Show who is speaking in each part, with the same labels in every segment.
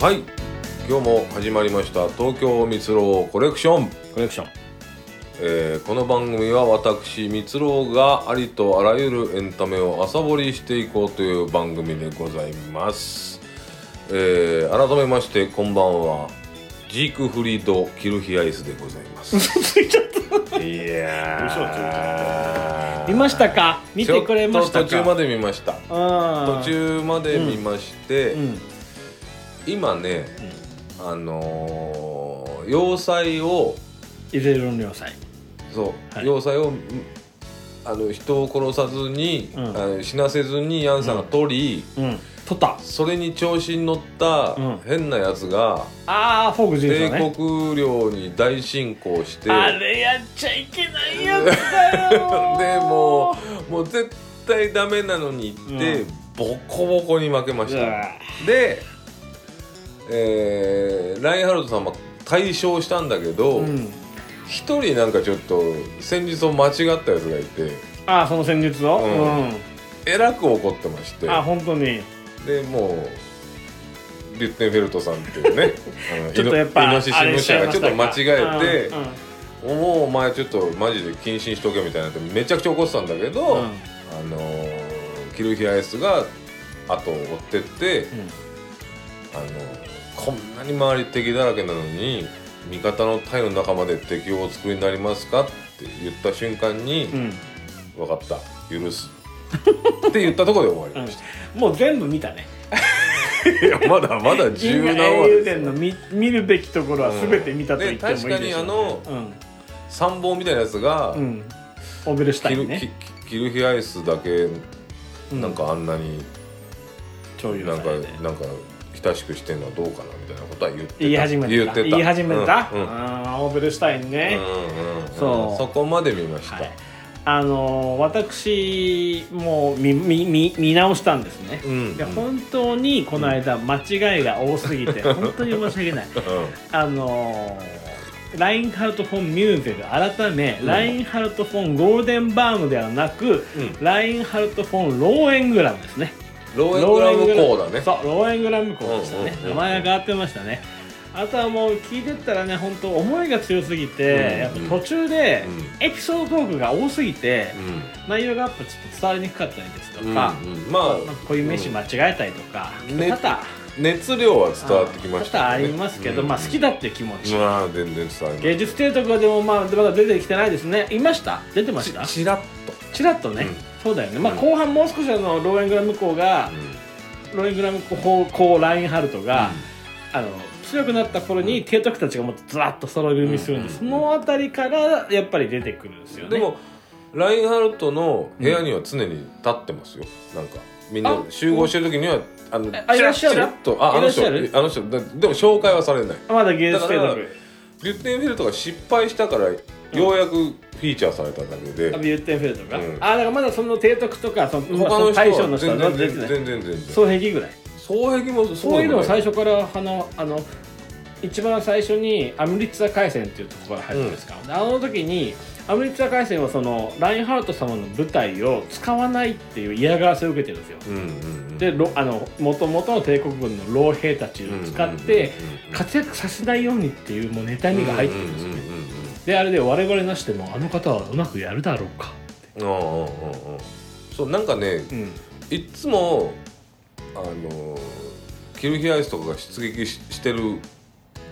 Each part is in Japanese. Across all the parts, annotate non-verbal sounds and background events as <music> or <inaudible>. Speaker 1: はい今日も始まりました東京蜜ろコレクション、
Speaker 2: コレクション
Speaker 1: えーこの番組は私蜜ろがありとあらゆるエンタメを朝掘りしていこうという番組でございます、えー改めましてこんばんはジークフリードキルヒアイスでございますいやー
Speaker 2: 見ましたか見てくれましたか
Speaker 1: ちょっと途中まで見ました
Speaker 2: あ
Speaker 1: 途
Speaker 2: ー
Speaker 1: 中まで見まして、
Speaker 2: うん
Speaker 1: 今ね、あのー要塞を
Speaker 2: イゼロン要塞
Speaker 1: そう、
Speaker 2: はい
Speaker 1: 要塞をんあの人を殺さずに、
Speaker 2: うん
Speaker 1: あの死なせずにヤンさんが取り、
Speaker 2: うん取った
Speaker 1: それに調子に乗った
Speaker 2: うん
Speaker 1: 変なやつが、
Speaker 2: ああフォーク重曹
Speaker 1: 帝
Speaker 2: ね
Speaker 1: 国領に大進攻して、
Speaker 2: あれやっちゃいけないやつだよ
Speaker 1: でもうもう絶対ダメなのに行って、
Speaker 2: うん
Speaker 1: ボコボコに負けまし
Speaker 2: うわ
Speaker 1: た。で、えーラインハルトさんも大勝したんだけど、
Speaker 2: うん
Speaker 1: 一人なんかちょっと戦術を間違ったやつがいて
Speaker 2: ああその戦術を
Speaker 1: う
Speaker 2: うんん、
Speaker 1: えらく怒ってまして
Speaker 2: あ本当に
Speaker 1: でもうリュッテンフェルトさんっていう
Speaker 2: <laughs>
Speaker 1: ねあの
Speaker 2: ちょっとやっぱ
Speaker 1: イノイノシシ
Speaker 2: あれ
Speaker 1: 武
Speaker 2: しちゃ
Speaker 1: 者
Speaker 2: い
Speaker 1: が
Speaker 2: ま
Speaker 1: ちょ
Speaker 2: し
Speaker 1: ったと
Speaker 2: か
Speaker 1: 間違えて
Speaker 2: うんうん
Speaker 1: 「もうお前ちょっとマジで謹慎しとけ」みたいになってめちゃくちゃ怒ってたんだけど、
Speaker 2: う
Speaker 1: あ
Speaker 2: ん
Speaker 1: のーキルヒアエスが後を追ってって、あのこんなに周り敵だらけなのに味方の隊の中まで敵をお作りになりますかって言った瞬間に。
Speaker 2: うんうん
Speaker 1: 分かった許すって言ったところで終わりまし
Speaker 2: もう全部見たね
Speaker 1: た、いやまだまだ
Speaker 2: 銀河
Speaker 1: 17話
Speaker 2: 英雄
Speaker 1: で
Speaker 2: 伝の
Speaker 1: す
Speaker 2: 見見るべきところは全て見たと言ってもいいでしょう、ね
Speaker 1: で確かにあの
Speaker 2: うん
Speaker 1: 参謀みたいなやつが、
Speaker 2: うん、オベルシュタ
Speaker 1: キ
Speaker 2: イ
Speaker 1: ル
Speaker 2: ンね
Speaker 1: キキルヒアイスだけ
Speaker 2: うん
Speaker 1: なんかあんなに、
Speaker 2: 超有
Speaker 1: なん
Speaker 2: 才
Speaker 1: か
Speaker 2: で
Speaker 1: なんか親しくしてんのはどうかなみたいなことは言ってた
Speaker 2: 言い始めた
Speaker 1: 言ってた
Speaker 2: 言い始めた、
Speaker 1: うんうん
Speaker 2: あーオベルシュタインね、
Speaker 1: うんうんうん
Speaker 2: そう
Speaker 1: そこまで見ました、
Speaker 2: はいあのー私も見見見見直したんですね、
Speaker 1: うん
Speaker 2: で本当にこの間間違いが多すぎ
Speaker 1: <laughs>
Speaker 2: て、本当に申し訳ないあのーラインハルト・フォン・ミューゼル改め、
Speaker 1: ん
Speaker 2: ラインハルト・フォン・ゴールデンバームではなく、
Speaker 1: うん
Speaker 2: ラインハルト・フォン・ローエングラムですね
Speaker 1: ローエングラムコーだね
Speaker 2: そうローエングラム校でしたね、
Speaker 1: うんうんうん
Speaker 2: 名前が変わってましたねあとはもう聞いてったらね本当思いが強すぎて、
Speaker 1: うんうん
Speaker 2: やっぱ途中でエピソードトークが多すぎて、
Speaker 1: うん
Speaker 2: 内容がやっぱちょっと伝わりにくかったりですとか、
Speaker 1: うん
Speaker 2: ま
Speaker 1: うんまあ
Speaker 2: あこういう飯間違えたりとか、
Speaker 1: うん
Speaker 2: 多々
Speaker 1: 熱量は伝わってきました
Speaker 2: 多々ありますけど、まあ好きだっていう気持ち、
Speaker 1: まあ全然伝わり
Speaker 2: 芸術提督はでもまあまだ出てきてないですねいました出てま
Speaker 1: ま
Speaker 2: し
Speaker 1: したたちらっと
Speaker 2: ちらっとね、
Speaker 1: うん
Speaker 2: そうだよね、まあ、
Speaker 1: うん
Speaker 2: 後半もう少しあのローエングラム校が、ローエングラム校校ラインハルトが、あの強くなった頃に提督たちがもっとずらっと揃い踏みするんです、
Speaker 1: うん
Speaker 2: その辺りからやっぱり出てくるんですよね
Speaker 1: でもラインハルトの部屋には常に立ってますよ、なんかみんな
Speaker 2: あ
Speaker 1: 集合してる時にはあの
Speaker 2: えあいらっしゃる
Speaker 1: チラッとああの人
Speaker 2: い
Speaker 1: あ
Speaker 2: らっしゃる
Speaker 1: の人だでも紹介はされない
Speaker 2: まだ芸術提
Speaker 1: だから
Speaker 2: 督
Speaker 1: ビュッテンフィルトが失敗したからようやくフィーチャーされただけで、
Speaker 2: あビュッテンフェルトが、
Speaker 1: うん
Speaker 2: あだからまだその提督とかその
Speaker 1: 他の
Speaker 2: 大
Speaker 1: 人
Speaker 2: 将
Speaker 1: は
Speaker 2: の人は
Speaker 1: 全
Speaker 2: ま
Speaker 1: 然
Speaker 2: だ出
Speaker 1: 全
Speaker 2: て
Speaker 1: 然
Speaker 2: ない
Speaker 1: 全然全然
Speaker 2: 双璧ぐらい
Speaker 1: 双璧もそ
Speaker 2: そういうのを最
Speaker 1: 初
Speaker 2: 初からあのあの一番最初にアムリッツァ海戦っていうところから入るんですか、であの時にアムリッツァ海戦はそのラインハルト様の舞台を使わないっていう嫌がらせを受けてるんですよ
Speaker 1: うんうんうん
Speaker 2: でろあの元々の帝国軍の老兵たちを使って
Speaker 1: うんうんうんうん
Speaker 2: 活躍させないようにっていうもう妬みが入ってるんですよね、
Speaker 1: うんうんうんうん
Speaker 2: であれで我々なしでもあの方はうまくやるだろうかっ
Speaker 1: うんうんうんうんそうなんかね
Speaker 2: て、うん、
Speaker 1: いっつもあのキルヒアイスとかが出撃ししてる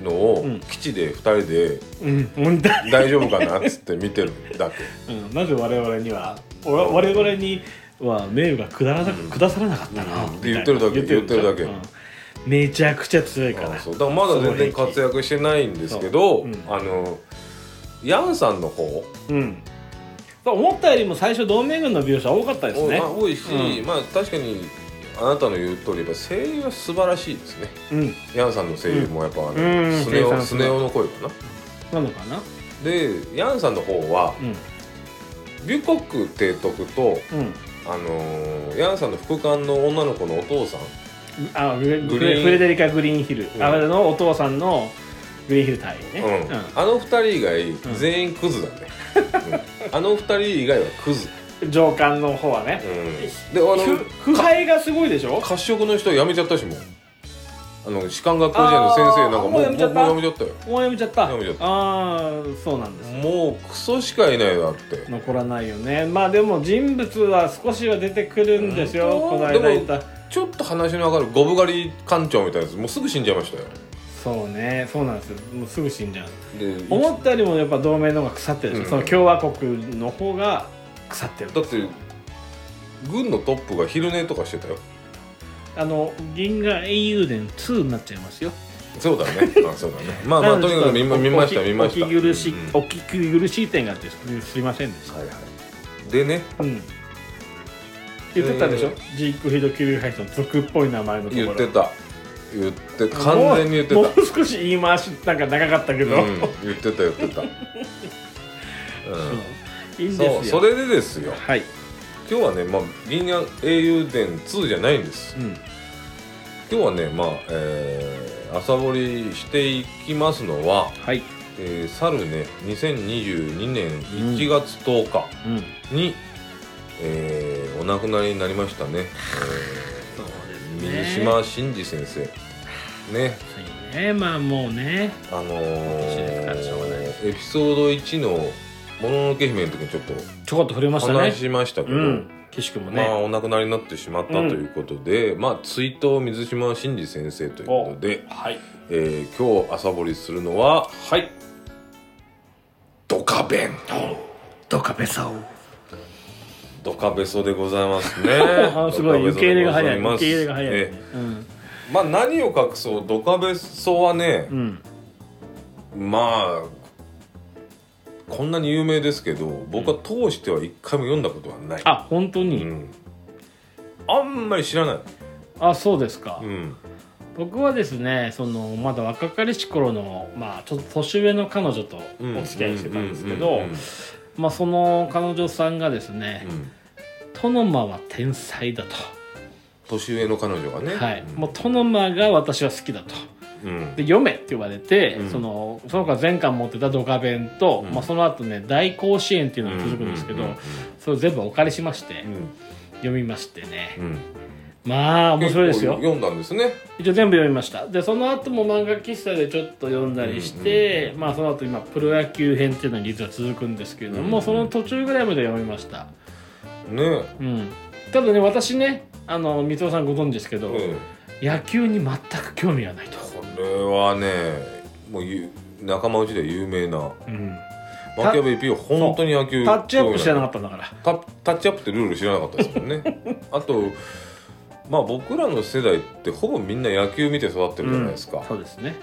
Speaker 1: のを、
Speaker 2: うん
Speaker 1: 基地で2人で
Speaker 2: うん、問題、
Speaker 1: 「大丈夫かな?」っつって見てるだけ
Speaker 2: <laughs> うん、なぜ我々にはおら我々には名誉が下らなく下さらなかったな、
Speaker 1: うん
Speaker 2: みたいな
Speaker 1: 言ってるだけ
Speaker 2: んですよ
Speaker 1: 言ってるだ
Speaker 2: うんめちゃくちゃ強いか
Speaker 1: あ
Speaker 2: ら
Speaker 1: そうだからまだ全然活躍してないんですけど、
Speaker 2: そううん
Speaker 1: あのヤンさんの方
Speaker 2: うん思ったよりも最初同盟軍の描写多かったです
Speaker 1: も、
Speaker 2: ね
Speaker 1: まあ、多いし、
Speaker 2: うん
Speaker 1: まあ確かにあなたの言う通りやっぱ声優は素晴らしいですね
Speaker 2: うん
Speaker 1: ヤンさんの声優もやっぱ、あの
Speaker 2: うん
Speaker 1: スネ
Speaker 2: 声優さ
Speaker 1: 夫
Speaker 2: ん
Speaker 1: スネ夫の声かな
Speaker 2: なのかな
Speaker 1: でヤンさんの方は
Speaker 2: う
Speaker 1: ビュコック提督と
Speaker 2: んうん
Speaker 1: あのー、ヤンさんの副官の女の子のお父さん
Speaker 2: あグレ
Speaker 1: グ
Speaker 2: グ
Speaker 1: リーン
Speaker 2: レフレデリカ・グリーンヒル、
Speaker 1: うん
Speaker 2: あれのお父さんのグリーンヒル隊員ね、
Speaker 1: うんあの二人以外、
Speaker 2: ん
Speaker 1: 全員クズだね、うんあの二人以外はクズ、
Speaker 2: うん上官の方はね
Speaker 1: うん、であの
Speaker 2: ふ腐敗がすごいでしょ
Speaker 1: 褐色の人辞めちゃったしもうあの士官学校時代の先生なんかもう
Speaker 2: あーもうやめちゃった
Speaker 1: もうやめちゃったよ
Speaker 2: もうやめちゃった
Speaker 1: もうやめちゃった
Speaker 2: ああそうなんです
Speaker 1: もうクソしかいないなって
Speaker 2: 残らないよねまあでも人物は少しは出てくるんですよ
Speaker 1: うん
Speaker 2: この間言っ
Speaker 1: で
Speaker 2: た
Speaker 1: ちょっと話の分かるゴブ狩り艦長みたいなやつもうすぐ死んじゃいましたよ
Speaker 2: そうねそうなんですよもうすぐ死んじゃう
Speaker 1: で
Speaker 2: 思ったよりもやっぱ同盟の方が腐ってるでしょ
Speaker 1: うん
Speaker 2: その共和国の方が腐ってる
Speaker 1: だって軍のトップが昼寝とかしてたよ
Speaker 2: あの銀河英雄伝2になっちゃいますよ
Speaker 1: そうだ
Speaker 2: <laughs>
Speaker 1: ねあそうだねまあまあ
Speaker 2: なの
Speaker 1: と
Speaker 2: で
Speaker 1: にかく見ま
Speaker 2: ちょっ
Speaker 1: 見
Speaker 2: と
Speaker 1: ました
Speaker 2: お
Speaker 1: 見ました
Speaker 2: お聞き苦しい、
Speaker 1: うんうん
Speaker 2: お聞き苦しい点があってすいませんでした、
Speaker 1: はいはいでね
Speaker 2: うん言ってたでしょ、
Speaker 1: え
Speaker 2: ジークフリード・キュリーハイスの俗っぽい名前のところ
Speaker 1: 言ってた言って完全に言ってた
Speaker 2: もうもう少し言い回しなんか長かったけど、
Speaker 1: うん、言ってた言ってた、うん、
Speaker 2: いいんです
Speaker 1: そ
Speaker 2: よ
Speaker 1: うそれでですよ
Speaker 2: はい、
Speaker 1: 今日はね、まあ、銀河英雄伝2じゃないんです
Speaker 2: うん、
Speaker 1: 今日はねまあえー、朝掘りしていきますのは、
Speaker 2: はい、
Speaker 1: えー、去るね2022年1月10日
Speaker 2: うん、
Speaker 1: に、えーお亡くなりになりましたね、
Speaker 2: そう
Speaker 1: え
Speaker 2: で
Speaker 1: ー、
Speaker 2: す
Speaker 1: 水
Speaker 2: ね
Speaker 1: 島真司先生ね
Speaker 2: そうねまあもうね
Speaker 1: あの
Speaker 2: 私ですからしょうがないで
Speaker 1: ー、エピソード1の「もののけ姫」の時にちょっと
Speaker 2: ちょこっと触れましたね
Speaker 1: 話しましたけ
Speaker 2: う
Speaker 1: ど、
Speaker 2: ん岸君もね、
Speaker 1: まあ、お亡くなりになってしまったということで、まあ、追悼水島真司先生ということで、
Speaker 2: はい
Speaker 1: えー今日朝掘りするのは
Speaker 2: はい
Speaker 1: ドカベン
Speaker 2: ドカベサを
Speaker 1: ドカベソでございますね
Speaker 2: <laughs> あすごい
Speaker 1: ド
Speaker 2: 受
Speaker 1: カ
Speaker 2: け
Speaker 1: ベソで
Speaker 2: 入れ
Speaker 1: ござ
Speaker 2: が早い
Speaker 1: ます
Speaker 2: 受け入れが早い、ね
Speaker 1: えーまあ何を隠そうドカベソはね
Speaker 2: う、ん
Speaker 1: まあこんなに有名ですけど僕は通しては一回も読んだことはない、
Speaker 2: あ本当に、
Speaker 1: うんあんまり知らない、
Speaker 2: あそうですか、
Speaker 1: うん、
Speaker 2: 僕はですねそのまだ若かりし頃のまあちょっと年上の彼女とお付き合いしてたんですけ
Speaker 1: う
Speaker 2: ど
Speaker 1: んうん
Speaker 2: まあその彼女さんがですね
Speaker 1: うんうん
Speaker 2: 「殿間は天才だ」と
Speaker 1: 年上の彼女がね、
Speaker 2: 「はい、
Speaker 1: うん
Speaker 2: もう殿間が私は好きだ」と。
Speaker 1: うん
Speaker 2: で読めって言われて、
Speaker 1: うん
Speaker 2: そのその子が前回持ってたドカ弁と、
Speaker 1: うん
Speaker 2: まあ、その後ね大甲子園っていうのが続くんですけど、
Speaker 1: うんうんうん
Speaker 2: それを全部お借りしまして、
Speaker 1: うん
Speaker 2: 読みましてね
Speaker 1: うん
Speaker 2: まあ面白いですよ
Speaker 1: 結構読んだんですね
Speaker 2: 一応全部読みましたでその後も漫画喫茶でちょっと読んだりして、まあその後今プロ野球編っていうのが実は続くんですけれども、
Speaker 1: うん
Speaker 2: その途中ぐらいまで読みました
Speaker 1: ね
Speaker 2: うんただね私ねあの三尾さんご存知ですけど、
Speaker 1: うん
Speaker 2: 野球に全く興味がないと、
Speaker 1: これはねもうゆ仲間内では有名な
Speaker 2: うん、
Speaker 1: マキャベイ P は本当に野球
Speaker 2: タッチアップ知らな
Speaker 1: か
Speaker 2: かったんだから
Speaker 1: ったタッチアップってルール知らなかったですもん
Speaker 2: <laughs>
Speaker 1: ねあとまあ僕らの世代ってほぼみんな野球見て育ってるじゃないですか
Speaker 2: うん、、そうですね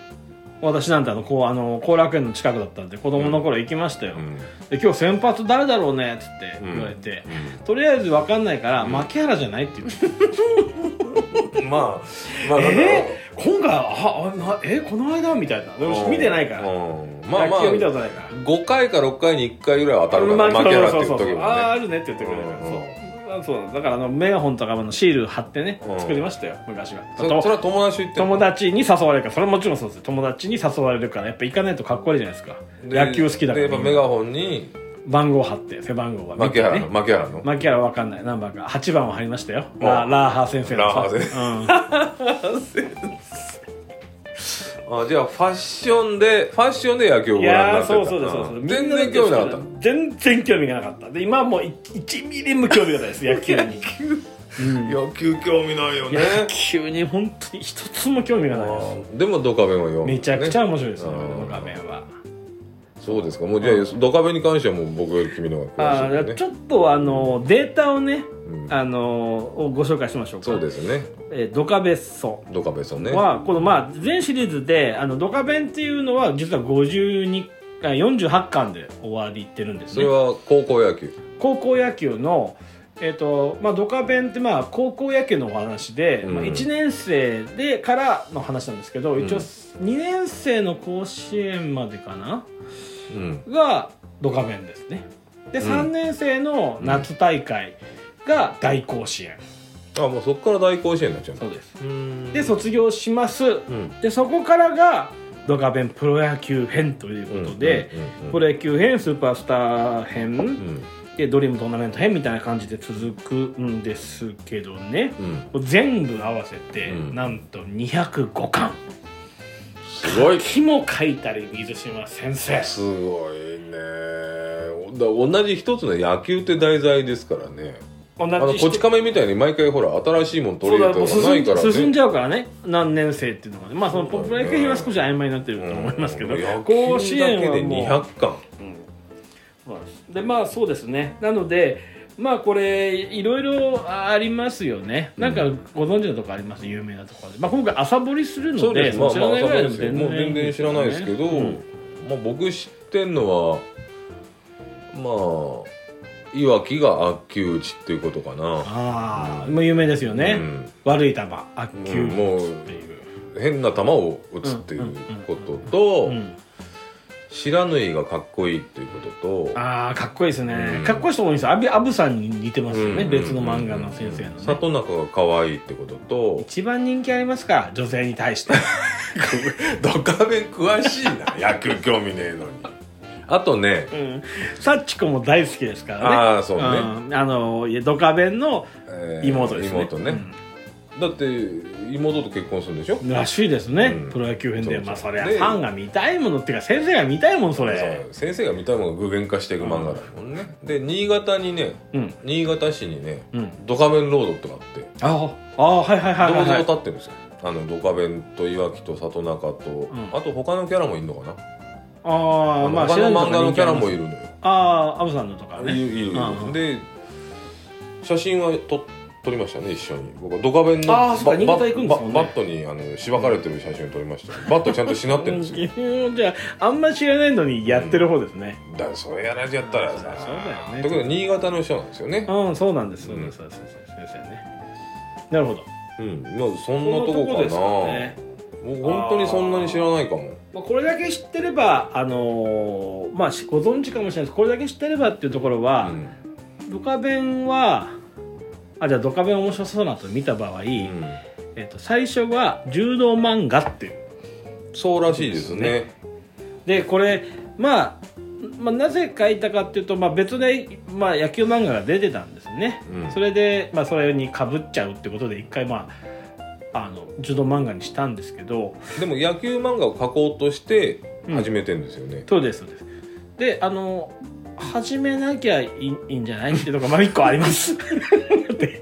Speaker 2: 私なんてあのこうあの後楽園の近くだったんで子供の頃行きましたよ、
Speaker 1: うん
Speaker 2: で今日先発誰だろうねっつって言われて、とりあえず分かんないから、牧原じゃないって言って
Speaker 1: うんまあまあだから
Speaker 2: え今回はああなえこの間みたいなでも見てないから、
Speaker 1: うんまあまあ
Speaker 2: 野球見たことないから
Speaker 1: 5回か6回に1回ぐらいは当たるか
Speaker 2: まあ
Speaker 1: ら負けらって
Speaker 2: そう
Speaker 1: 言っ
Speaker 2: そ
Speaker 1: と
Speaker 2: うそう
Speaker 1: け
Speaker 2: そうああ
Speaker 1: ば
Speaker 2: あ
Speaker 1: ね
Speaker 2: るねって言ってくれるから、
Speaker 1: うん
Speaker 2: そうあそうなんですだからあのメガホンとかのシール貼ってね、
Speaker 1: うん
Speaker 2: 作りましたよ昔は
Speaker 1: そそれは友達と言って
Speaker 2: 友達に誘われるからそれはもちろんそうですよ友達に誘われるからやっぱ行かないとかっこ悪いじゃないですか
Speaker 1: で
Speaker 2: 野球好きだか
Speaker 1: で
Speaker 2: ら
Speaker 1: やっぱメガホンに
Speaker 2: 番号貼って背番号は
Speaker 1: 槙原の
Speaker 2: ね
Speaker 1: 槙原の
Speaker 2: 槙原わかんない何番か8番を貼りましたよ
Speaker 1: お
Speaker 2: ララーハー先生のさ
Speaker 1: ラーハー先あじゃあファッションでファッションで野球を
Speaker 2: うん、い
Speaker 1: ご覧にな
Speaker 2: やー
Speaker 1: ってた
Speaker 2: そうそうですそうそう
Speaker 1: うん全然興味なかった
Speaker 2: 全然興味がなかったで今はもう1ミリも興味がないです
Speaker 1: <laughs>
Speaker 2: 野球に
Speaker 1: 野球興味ないよね
Speaker 2: 野球に本当に一つも興味がないです
Speaker 1: でもドカベンは読む
Speaker 2: めちゃくちゃ
Speaker 1: ね
Speaker 2: 面白いですよ、
Speaker 1: うん
Speaker 2: この画面は
Speaker 1: そうですかもうじゃあドカベンに関してはもう僕より君の方が
Speaker 2: あ
Speaker 1: 詳しいよ
Speaker 2: ー
Speaker 1: ね
Speaker 2: ちょっとあのデータをね、
Speaker 1: うん
Speaker 2: あのご紹介しましょうか
Speaker 1: そうですね
Speaker 2: えードカベッソ
Speaker 1: ドカベンさんね
Speaker 2: は、このまあ全シリーズであのドカベンっていうのは実は52あ48巻で終わりってるんです
Speaker 1: それ
Speaker 2: ね
Speaker 1: は高校野球
Speaker 2: 高校野球のえっとまあ、ドカベンってまあ高校野球のお話で、
Speaker 1: うん
Speaker 2: まあ、1年生でからの話なんですけど一応
Speaker 1: うん
Speaker 2: 2年生の甲子園までかな
Speaker 1: うん
Speaker 2: がドカベンですねで
Speaker 1: うん
Speaker 2: 3年生の夏大会が大甲子園、
Speaker 1: あもうそっから大甲子園になっちゃうんだ
Speaker 2: そうです
Speaker 1: うん
Speaker 2: で卒業します
Speaker 1: うん
Speaker 2: でそこからがドカベンプロ野球編というこ
Speaker 1: うん
Speaker 2: とで、
Speaker 1: うんうんうん
Speaker 2: プロ野球編スーパースター編、
Speaker 1: うん
Speaker 2: でドリームトーナメント編みたいな感じで続くんですけどね
Speaker 1: うん
Speaker 2: 全部合わせて、
Speaker 1: うん
Speaker 2: なんと205巻
Speaker 1: すごい
Speaker 2: 木も書いたり水島先生
Speaker 1: すごいねおだ同じ一つの野球って題材ですからね
Speaker 2: 同
Speaker 1: あの
Speaker 2: 人
Speaker 1: こち亀みたいに毎回ほら新しいもの取
Speaker 2: そ
Speaker 1: り
Speaker 2: う
Speaker 1: 入
Speaker 2: だ
Speaker 1: れ
Speaker 2: もう
Speaker 1: とかないからね
Speaker 2: 進ん進んじゃうからね何年生っていうのがねまあそのポップラ野球は少し曖昧になってると思いますけど、
Speaker 1: うん
Speaker 2: 甲子園はも
Speaker 1: 野球
Speaker 2: う
Speaker 1: だけで200巻
Speaker 2: うんまあ、でまあそうですねなのでまあこれいろいろありますよねなんかご存知のとこあります有名なところで、まあ、今回朝掘りするので
Speaker 1: まあ
Speaker 2: 知
Speaker 1: ま
Speaker 2: ら
Speaker 1: あ
Speaker 2: ないぐらいの
Speaker 1: 朝もう全然知らないですけど、
Speaker 2: うん
Speaker 1: まあ僕知ってんのはまあいわきが悪球打ちっていうことかな、
Speaker 2: ああもう有名ですよね、
Speaker 1: うん
Speaker 2: 悪い球悪球、
Speaker 1: うんもう
Speaker 2: っていう、
Speaker 1: 変な球を打つっていうことと、
Speaker 2: うん
Speaker 1: 知らぬいがかっこいいっていうことと
Speaker 2: ああかっこいいですね、
Speaker 1: うん
Speaker 2: かっこいい人多いんですよアブアブさんに似てますよね、
Speaker 1: うん
Speaker 2: 別の漫画の先生の、ね
Speaker 1: 里中が可愛いってことと
Speaker 2: 一番人気ありますから女性に対して
Speaker 1: ドカベン詳しいな <laughs> 野球興味ねえのにあとね
Speaker 2: うんサッチコも大好きですからね
Speaker 1: ああそうね、
Speaker 2: うんあのいやドカベンの
Speaker 1: えー
Speaker 2: 妹ですね。
Speaker 1: 妹ね、だって妹と結婚するんでしょ
Speaker 2: うんらしいですね、
Speaker 1: うん
Speaker 2: プロ野球編でまあ
Speaker 1: そ
Speaker 2: そう
Speaker 1: そう
Speaker 2: りゃフ
Speaker 1: で
Speaker 2: ァンが見たいものっていうか先生が見たいもんそれ
Speaker 1: そう先生が見たいものが具現化していく漫画だもんね、で新潟にね
Speaker 2: うん
Speaker 1: 新潟市にね
Speaker 2: うん
Speaker 1: ドカベンロードってのがあって
Speaker 2: あああはいはいはいはい、
Speaker 1: 銅像
Speaker 2: は
Speaker 1: 立
Speaker 2: い、
Speaker 1: ってるんですよあのドカベンといわきと里中と、
Speaker 2: ん
Speaker 1: あと他のキャラもいるのかな
Speaker 2: ああまあ
Speaker 1: 他の漫画のキャラ
Speaker 2: い
Speaker 1: も
Speaker 2: る
Speaker 1: いるのよ
Speaker 2: ああアブさんのとか
Speaker 1: いる
Speaker 2: ね
Speaker 1: いるいる
Speaker 2: うんうん
Speaker 1: で写真は撮撮りましたね一緒に僕はドカベンの
Speaker 2: あーそっか
Speaker 1: バ
Speaker 2: 新潟行くんですもんね
Speaker 1: ババットにあのしばかれてる写真を撮りましたよバットちゃんとしなってるんですよ
Speaker 2: うんじゃああんま知らないのにやってる方ですね
Speaker 1: だからそれやられやったらさ
Speaker 2: そうだよね
Speaker 1: だけど新潟の人なんですよね
Speaker 2: うん、そうなんですそうです、そうです先生ねなるほど
Speaker 1: うんまあそんなとこか
Speaker 2: そん
Speaker 1: な
Speaker 2: ですよね
Speaker 1: もう本当にそんなに知らないかも
Speaker 2: まあ、これだけ知ってれば、あのーまあ、しご存知かもしれないですこれだけ知ってればっていうところは、
Speaker 1: うん
Speaker 2: ドカベンはあじゃあドカベン面白そうなと見た場合、
Speaker 1: うん
Speaker 2: えっと最初は柔道漫画っていう
Speaker 1: そうらしいですね
Speaker 2: でこれ、まあ、まあなぜ書いたかっていうと、まあ、別で、まあ、野球漫画が出てたんですね、
Speaker 1: うん
Speaker 2: それで、まあ、それにかぶっちゃうってことで一回まああの柔道漫画にしたんですけど、
Speaker 1: でも野球漫画を描こうとして
Speaker 2: うん
Speaker 1: 始めてんですよね
Speaker 2: そうですそうですであの始めなきゃいいいいんじゃないっていうのがまあ一個ありま
Speaker 1: <laughs>
Speaker 2: す <laughs> だって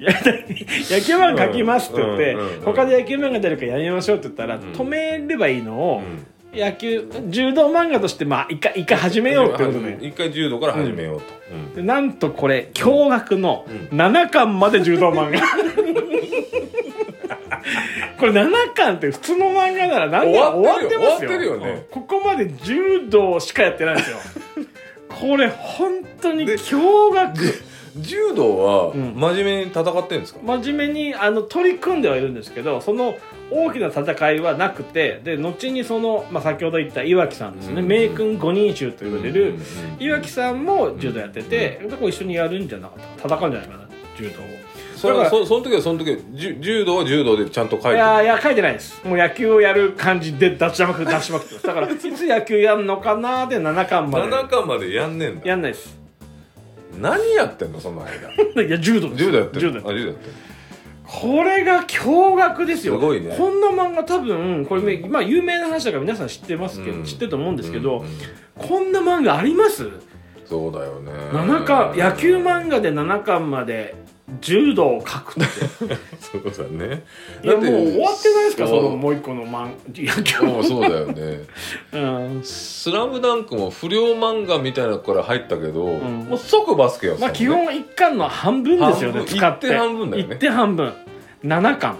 Speaker 2: や野球漫画描きますって言って、
Speaker 1: うんうんうんうん
Speaker 2: 他で野球漫画出るからやりましょうって言ったら、
Speaker 1: ん
Speaker 2: 止めればいいの
Speaker 1: う
Speaker 2: を、
Speaker 1: ん
Speaker 2: 野球柔道漫画としてまあ一回一回始めようってこと
Speaker 1: うん
Speaker 2: で。
Speaker 1: 一回柔道から始めようと
Speaker 2: でなんとこれ驚愕の
Speaker 1: う
Speaker 2: 7巻まで柔道
Speaker 1: <laughs>
Speaker 2: 漫画これ7巻って普通の漫画なら何でも終
Speaker 1: 終
Speaker 2: わ
Speaker 1: わ
Speaker 2: っ
Speaker 1: っててるよ終わっ
Speaker 2: ますよ
Speaker 1: てるよね
Speaker 2: ここまで柔道しかやってない
Speaker 1: <laughs>
Speaker 2: んですよこれ本当に
Speaker 1: で
Speaker 2: 驚
Speaker 1: う
Speaker 2: 愕
Speaker 1: ん柔道は
Speaker 2: うん
Speaker 1: 真面目に戦ってんですか
Speaker 2: 真面目にあの取り組んではいるんですけどその大きな戦いはなくてで後にその、まあ、先ほど言った岩城さんですね、
Speaker 1: うん
Speaker 2: 名君五人衆と言われる、
Speaker 1: うんうん
Speaker 2: 岩城さんも柔道やってて、どこ一緒にやるんじゃなかった戦うんじゃないかな柔道を
Speaker 1: それ
Speaker 2: だ
Speaker 1: は
Speaker 2: から
Speaker 1: そその時はその時はじゅ柔道は柔道でちゃんと書いて
Speaker 2: い
Speaker 1: る
Speaker 2: やいや書いてないですもう野球をやる感じで出しまくって出しまくってますだからいつ野球やんのかなーで7巻ま
Speaker 1: 7
Speaker 2: で
Speaker 1: 巻までやんねえんだ
Speaker 2: やんないです <laughs>
Speaker 1: 何やってんのその間
Speaker 2: いや柔道です
Speaker 1: 柔道やって
Speaker 2: 柔
Speaker 1: る
Speaker 2: 道
Speaker 1: あ柔道やってる
Speaker 2: これが驚愕ですよ
Speaker 1: すごいね
Speaker 2: こんな漫画多分これ、ねまあ、有名な話だから皆さん知ってますけど、
Speaker 1: うん
Speaker 2: 知ってると思うんですけ
Speaker 1: うん
Speaker 2: ど、
Speaker 1: うん
Speaker 2: こんな漫画あります
Speaker 1: そうだよね
Speaker 2: 7巻野球漫画で7巻まで柔道を書くって
Speaker 1: そうだね
Speaker 2: いやもう終わってないですか
Speaker 1: そ
Speaker 2: そうのもう一個の漫野球
Speaker 1: もうそうだよね
Speaker 2: う
Speaker 1: 「
Speaker 2: ん
Speaker 1: スラムダンクも不良漫画みたいなのから入ったけど、
Speaker 2: ん
Speaker 1: もう即バスケやって
Speaker 2: ま
Speaker 1: た
Speaker 2: あ
Speaker 1: もんね
Speaker 2: 基本一巻の半分ですよ
Speaker 1: 半
Speaker 2: ね
Speaker 1: 分
Speaker 2: 使って
Speaker 1: 一手半分だよね
Speaker 2: 一手半分7巻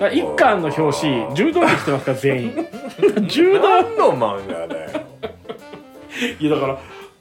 Speaker 2: だから一巻の表紙柔道着着てますから全員柔 <laughs> 道
Speaker 1: 何の漫画だよ
Speaker 2: いやだから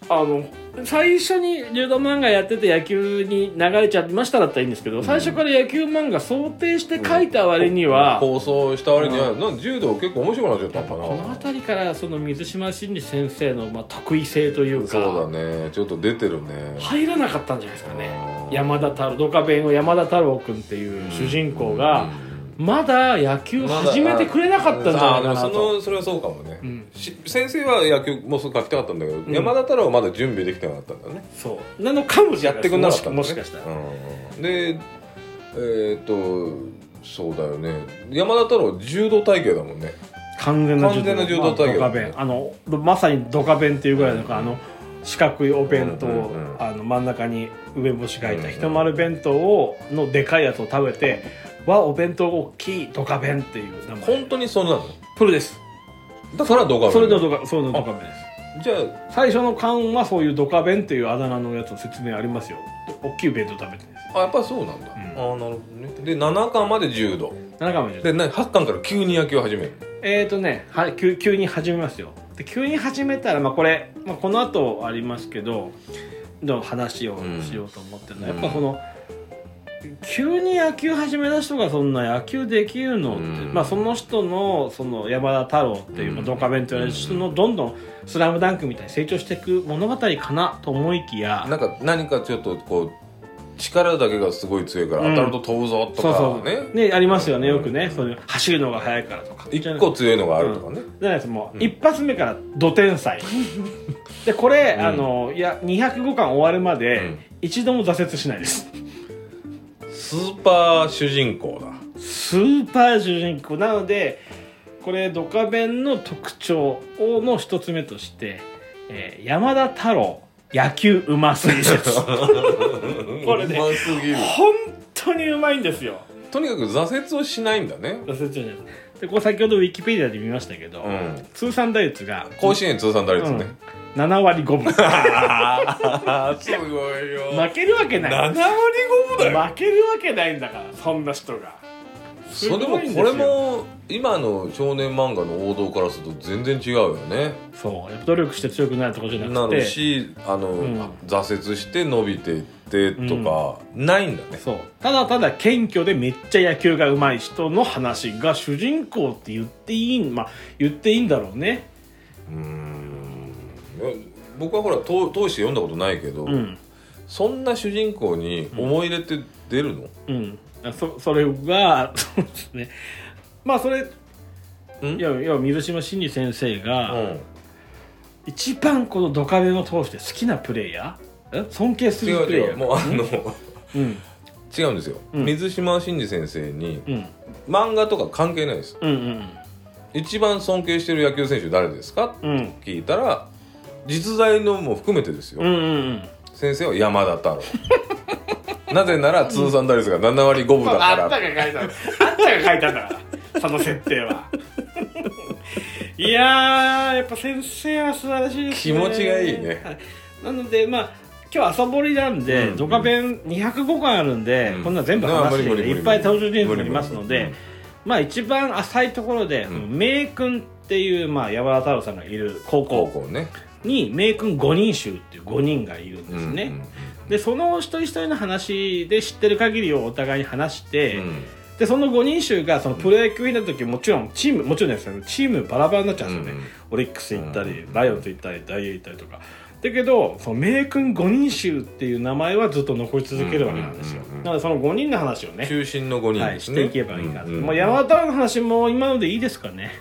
Speaker 2: あの最初に柔道漫画やってて野球に流れちゃいましただったらいいんですけど、最初から野球漫画想定して書いた割には、
Speaker 1: 放送した割には、なん柔道結構面白くなっちゃったのかな
Speaker 2: この辺りからその水島新司先生のまあ得意性というか
Speaker 1: そうだねちょっと出てるね
Speaker 2: 入らなかったんじゃないですかね
Speaker 1: うん
Speaker 2: 山田太郎ドカベンを山田太郎君っていう主人公が、
Speaker 1: うん
Speaker 2: まだ野球を始めてくれなかったんじゃないか
Speaker 1: あ
Speaker 2: な
Speaker 1: ーでもそ
Speaker 2: と
Speaker 1: のそれはそうかもね、
Speaker 2: うん
Speaker 1: し先生は野球もうすぐ書きたかったんだけど、
Speaker 2: ん
Speaker 1: 山田太郎はまだ準備できてなかったんだよね
Speaker 2: そうなのかもしれ
Speaker 1: や
Speaker 2: ない
Speaker 1: ってくんなかったんだ、ね、
Speaker 2: もしもしかしたら、
Speaker 1: うんでえーっとそうだよね山田太郎柔道体系だもんね
Speaker 2: 完全な
Speaker 1: 完全な柔道体験
Speaker 2: まあドカ弁あのまさにドカ弁っていうぐらいの、
Speaker 1: うん
Speaker 2: あの四角いお弁当、
Speaker 1: うんうんうん
Speaker 2: あの真ん中に梅干しがいた一丸弁当をのでかいやつを食べて「わお弁当大きいドカ弁」っていう名前
Speaker 1: 本当にそうなの
Speaker 2: プルです
Speaker 1: だから動画
Speaker 2: それのドカそれのドカ弁です
Speaker 1: じゃあ
Speaker 2: 最初の缶はそういうドカ弁っていうあだ名のやつの説明ありますよ大きい弁当食べてるんです
Speaker 1: あやっぱそうなんだ、
Speaker 2: うん
Speaker 1: ああなるほどねで7巻まで柔道
Speaker 2: 7巻まで
Speaker 1: でな8巻から急に野球を始める
Speaker 2: えーとねは急急に始めますよで急に始めたら、まあ、これ、まあ、この後ありますけどの話をしようと思ってるのは、
Speaker 1: うん
Speaker 2: やっぱこの急に野球始めた人がそんな野球できるのって、
Speaker 1: うん
Speaker 2: まあ、その人のその山田太郎っていう、ま
Speaker 1: う
Speaker 2: あ、
Speaker 1: ん
Speaker 2: ドカベンと言われる人のどんどん「スラムダンクみたいに成長していく物語かなと思いきや
Speaker 1: なんか何かちょっとこう力だけがすごい強いから
Speaker 2: うん
Speaker 1: 当たると飛ぶぞと
Speaker 2: そう
Speaker 1: か
Speaker 2: そう
Speaker 1: ね,、
Speaker 2: ねありますよねよくね、そういう走るのが速いからとか
Speaker 1: 1個強いのがあるとかね、
Speaker 2: じゃないですもう、
Speaker 1: うん
Speaker 2: 一発目から土天
Speaker 1: <laughs>
Speaker 2: 才でこれ、
Speaker 1: うん
Speaker 2: あのいや205巻終わるまで、
Speaker 1: うん
Speaker 2: 一度も挫折しないです
Speaker 1: スーパー主人公だ
Speaker 2: スーパー主人公なのでこれドカベンの特徴の一つ目として、えー山田太郎野球うますぎで
Speaker 1: <laughs>
Speaker 2: す <laughs> これね
Speaker 1: うますぎる
Speaker 2: 本当にうまいんですよ
Speaker 1: とにかく挫折をしないんだね
Speaker 2: 挫折しないですでこれ先ほどウィキペディアで見ましたけど、
Speaker 1: うん
Speaker 2: 通算打率が
Speaker 1: 甲子園通算打率ね、
Speaker 2: うん7割5分
Speaker 1: ああすごいよ
Speaker 2: 負けるわけない
Speaker 1: 7割5分だよ
Speaker 2: 負けるわけないんだからそんな人がす
Speaker 1: そ
Speaker 2: ご
Speaker 1: れでも
Speaker 2: いんですよ
Speaker 1: これも今の少年漫画の王道からすると全然違うよね
Speaker 2: そうやっぱ努力して強くなるとかじゃな
Speaker 1: な
Speaker 2: くて
Speaker 1: るしあの、
Speaker 2: ん
Speaker 1: 挫折して伸びていってとか、ないんだね
Speaker 2: そうただただ謙虚でめっちゃ野球が上手い人の話が主人公って言っていいんまあ言っていいんだろうね
Speaker 1: うーん僕はほらと通して読んだことないけど、
Speaker 2: うん
Speaker 1: そんな主人公に思い入れって出るの、
Speaker 2: うんそそれがそうですねまあそれ
Speaker 1: うん
Speaker 2: いやいや水島新司先生が、
Speaker 1: うん
Speaker 2: 一番このドカベンを通して好きなプレイヤーえ尊敬す
Speaker 1: 違
Speaker 2: る
Speaker 1: う
Speaker 2: プレイ
Speaker 1: 違
Speaker 2: ヤー
Speaker 1: うもうあの
Speaker 2: うん
Speaker 1: 違うんですよ、
Speaker 2: うん
Speaker 1: 水島新司先生に
Speaker 2: うん
Speaker 1: 漫画とか関係ないです
Speaker 2: うんうん
Speaker 1: 一番尊敬してる野球選手誰ですか
Speaker 2: うんうん
Speaker 1: 聞いたら実在のも含めてですよ、
Speaker 2: うんうん
Speaker 1: 先生は山田太郎 <laughs> なぜなら通算打率が7割5分だか
Speaker 2: あ
Speaker 1: ら
Speaker 2: んたが書いたのあんたが書いたんだからその設定は <laughs> いやーやっぱ先生は素晴らしいです
Speaker 1: 気
Speaker 2: ね
Speaker 1: 持ちがいいね
Speaker 2: はいなのでまあ今日朝掘りなんで、
Speaker 1: うん
Speaker 2: ドカベン205巻あるんで、
Speaker 1: うん
Speaker 2: こんなの全部
Speaker 1: なあ無
Speaker 2: 話し
Speaker 1: 理
Speaker 2: て、
Speaker 1: 無理無理
Speaker 2: いっぱい登場人物ありますの
Speaker 1: 無理無理無理、
Speaker 2: でまあ一番浅いところで、
Speaker 1: ん
Speaker 2: 名君っていう、まあ、山田太郎さんがいる高
Speaker 1: 高
Speaker 2: 校
Speaker 1: 校ね
Speaker 2: に名君5人衆っていう5人がいるんですね、でその一人一人の話で知ってる限りをお互いに話して、
Speaker 1: うんうん
Speaker 2: でその5人衆がそのプロ野球になった時もちろんチームもちろんですけどチームバラバラになっちゃうんですよね、オリックス行ったり、
Speaker 1: う
Speaker 2: ライオンズ行ったりダイエー行ったりとかだけどその名君5人衆っていう名前はずっと残り続けるわけなんですよ、
Speaker 1: うんうんうんうん
Speaker 2: なのでその5人の話をね
Speaker 1: 中心の5人
Speaker 2: は
Speaker 1: で
Speaker 2: い、
Speaker 1: す
Speaker 2: し
Speaker 1: ね、
Speaker 2: ていけばいいかな、
Speaker 1: うんうん
Speaker 2: もう山田の話も今のでいいですかね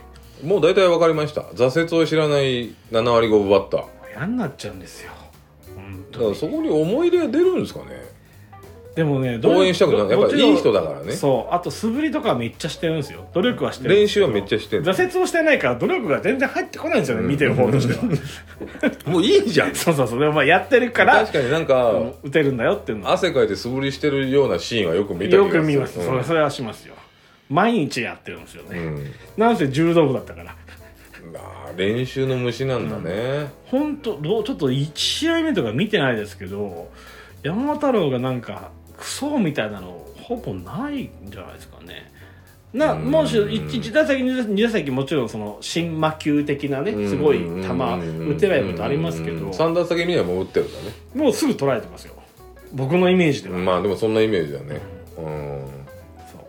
Speaker 1: もう大体わかりました挫折を知らない7割5分バッター
Speaker 2: もう嫌になっちゃうんですよ本
Speaker 1: だ
Speaker 2: 当
Speaker 1: からそこに思い入れが出るんですかね
Speaker 2: でもねどう
Speaker 1: 応援したくなるやっぱりいい人だからね
Speaker 2: そうあと素振りとかめっちゃしてるんですよ努力はしてるんで
Speaker 1: 練
Speaker 2: す
Speaker 1: 習はめっちゃしてる
Speaker 2: 挫折をしてないから努力が全然入ってこないんですよね、見てる方とし
Speaker 1: <laughs>
Speaker 2: ては
Speaker 1: もういいじゃん
Speaker 2: そうそうそうでもまあやってるから
Speaker 1: 確かになんか、
Speaker 2: 打てるんだよっていうのは
Speaker 1: 汗かいて素振りしてるようなシーンはよく見た気が
Speaker 2: よ
Speaker 1: する
Speaker 2: く見ます、
Speaker 1: うん
Speaker 2: それそれはしますよ毎日やってるんですよ
Speaker 1: う
Speaker 2: ね、
Speaker 1: ん
Speaker 2: なんせ柔道部だったから
Speaker 1: まあ練習の虫なんだね、
Speaker 2: 本当どうちょっと1試合目とか見てないですけど山田太郎がなんかクソみたいなのほぼないんじゃないですかねな
Speaker 1: うん
Speaker 2: もし 1, 打席2打席もちろんその新魔球的なねすごい球打てないことありますけど
Speaker 1: 3打席目にはもう打ってるんだね
Speaker 2: もうすぐ捉えてますよ僕のイメージでは、
Speaker 1: まあでもそんなイメージだねうん
Speaker 2: そう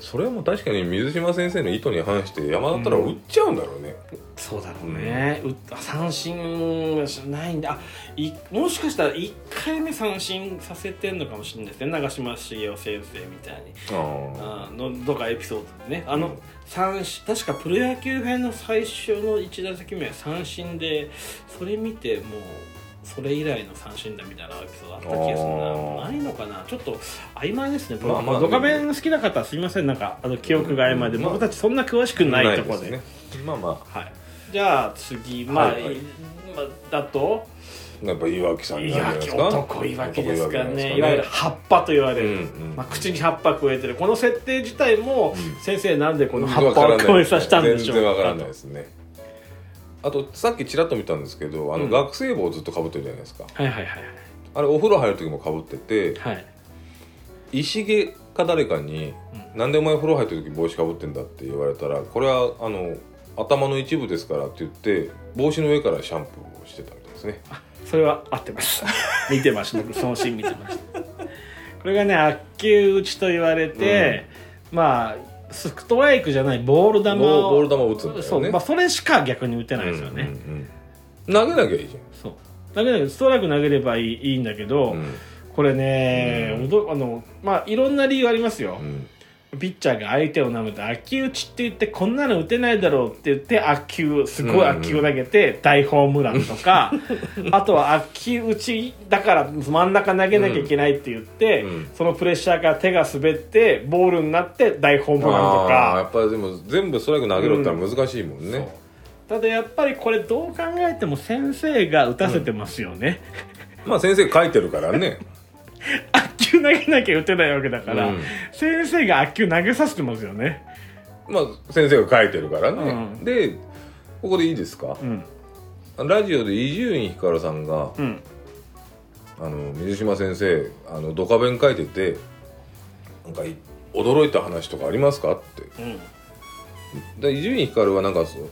Speaker 1: それはもう確かに水島先生の意図に反して山田ったら打っちゃうんだろうね、
Speaker 2: そうだろうね、うあ三振はしないんだあいもしかしたら1回目三振させてんのかもしれないですね長嶋茂雄先生みたいに
Speaker 1: あ
Speaker 2: あのどっかエピソードでねあの、
Speaker 1: うん
Speaker 2: 三振確かプロ野球編の最初の1打席目は三振でそれ見てもうそれ以来の三振だみたいなエピソードあった気がする
Speaker 1: あ
Speaker 2: な
Speaker 1: ー
Speaker 2: もうないのかなちょっと曖昧ですね
Speaker 1: まあまあ
Speaker 2: ドカベン好きな方はすみませんなんかあの記憶が曖昧で、
Speaker 1: まあ
Speaker 2: 僕たちそんな詳しく
Speaker 1: あ
Speaker 2: ないところで
Speaker 1: すねまあま
Speaker 2: はい、じゃあ次まあ、
Speaker 1: はいはい
Speaker 2: いまあ、だと
Speaker 1: あやっぱ岩脇さん
Speaker 2: い
Speaker 1: にな
Speaker 2: わ
Speaker 1: るんじ
Speaker 2: き
Speaker 1: ゃないですか
Speaker 2: 男いわきですか
Speaker 1: 男
Speaker 2: ね
Speaker 1: わき
Speaker 2: いわゆ
Speaker 1: で
Speaker 2: る
Speaker 1: す
Speaker 2: 葉っぱと言われる、
Speaker 1: うんうん
Speaker 2: まあ、口に葉っぱ加えてるこの設定自体も、
Speaker 1: うん
Speaker 2: 先生なんでこの葉っぱを加えさせたんでしょ
Speaker 1: 全
Speaker 2: う
Speaker 1: 然わからないですねあとさっきちらっと見たんですけどあの
Speaker 2: うん
Speaker 1: 学生帽をずっとかぶってるじゃないですか、
Speaker 2: はいはいは
Speaker 1: あれお風呂入る時もかぶってて
Speaker 2: いはい
Speaker 1: 石毛か誰かに「なんでお前お風呂入った時帽子かぶってんだ」って言われたら「これはあの頭の一部ですから」って言って帽子の上からシャンプーをしてたみたいですね
Speaker 2: それは合ってます <laughs> 見てました僕そのシーン見てましたこれがね悪球打ちと言われて、まあストライクじゃないボール球を
Speaker 1: ボーボール球を打つんだよね
Speaker 2: そう、まあ、それしか逆に打てないですよね、
Speaker 1: うんうんうん投げなきゃいいじ
Speaker 2: そう投げないストライク投げればいいいいんだけど、
Speaker 1: ゃん、うん
Speaker 2: これね、おどあのまあいろんな理由ありますよ、
Speaker 1: うん
Speaker 2: ピッチャーが相手を舐めて悪球打ちって言ってこんなの打てないだろうって言って悪球すごい悪球を投げて大ホームランと <laughs> か、あとは悪球打ちだから真ん中投げなきゃいけないって言って、
Speaker 1: うん
Speaker 2: そのプレッシャーから手が滑ってボールになって大ホームランと
Speaker 1: あーや
Speaker 2: か
Speaker 1: っぱりでも全部ストライク投げろってのは難しいもんね、
Speaker 2: ただやっぱりこれどう考えても先生が打たせてますよね、
Speaker 1: まあ先生書いてるからね
Speaker 2: 悪球投げなきゃ打てないわけだから、
Speaker 1: うん
Speaker 2: 先生が悪球投げさせてますよね
Speaker 1: まあ先生が書いてるからね、
Speaker 2: う
Speaker 1: でここでいいですか
Speaker 2: う、ん
Speaker 1: ラジオで伊集院光さんが
Speaker 2: うん
Speaker 1: あの水島先生あのドカベン書いててなんかい驚いた話とかありますかって
Speaker 2: うん
Speaker 1: で伊集院光はなんかそう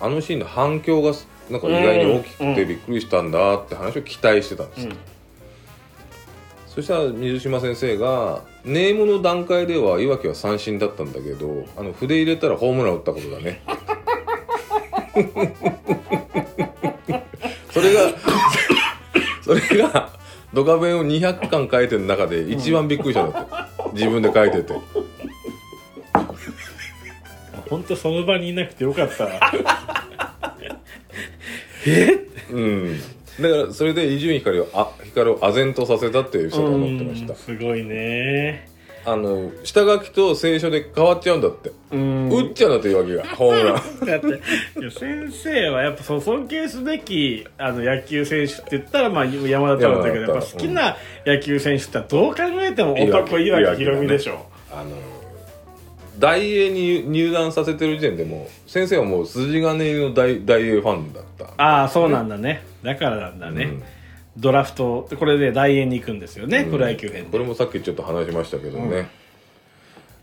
Speaker 1: あのシーンの反響がなんか意外に大き
Speaker 2: うん
Speaker 1: く
Speaker 2: う
Speaker 1: て
Speaker 2: ん
Speaker 1: びっくりしたんだって話を期待してたんです、
Speaker 2: うん
Speaker 1: そしたら水島先生がネームの段階ではいわきは三振だったんだけどあの筆入れたらホームラン打ったことだ
Speaker 2: <laughs>
Speaker 1: ね <laughs> それがそれがドカベンを200巻書いてる中で一番びっくりしたんだって、自分で書いてて
Speaker 2: 本当その場にいなくてよかった
Speaker 1: うんだからそれで伊集院光をあ光を唖然とさせたっていう人が思ってました
Speaker 2: うんすごいね
Speaker 1: あの下書きと聖書で変わっちゃうんだって、
Speaker 2: うん
Speaker 1: 打っちゃうんだっていうわけが
Speaker 2: <laughs>
Speaker 1: ホームラン
Speaker 2: だっていや先生はやっぱそう尊敬すべきあの野球選手って言ったら、まあ、山田太郎だけ
Speaker 1: 山田
Speaker 2: どや
Speaker 1: 太郎
Speaker 2: っぱ好きな野球選手ってどう考えても男
Speaker 1: い
Speaker 2: い
Speaker 1: わき
Speaker 2: わきひろみでしょ
Speaker 1: あの大英に入団させてる時点でもう先生はもう筋金入りの大大英ファンだった
Speaker 2: ああそうなんだねだからなんだね、
Speaker 1: うん
Speaker 2: ドラフトこれで大円に行くんですよね、プロ野球編
Speaker 1: こ
Speaker 2: で
Speaker 1: れもさっきちょっと話しましたけどね、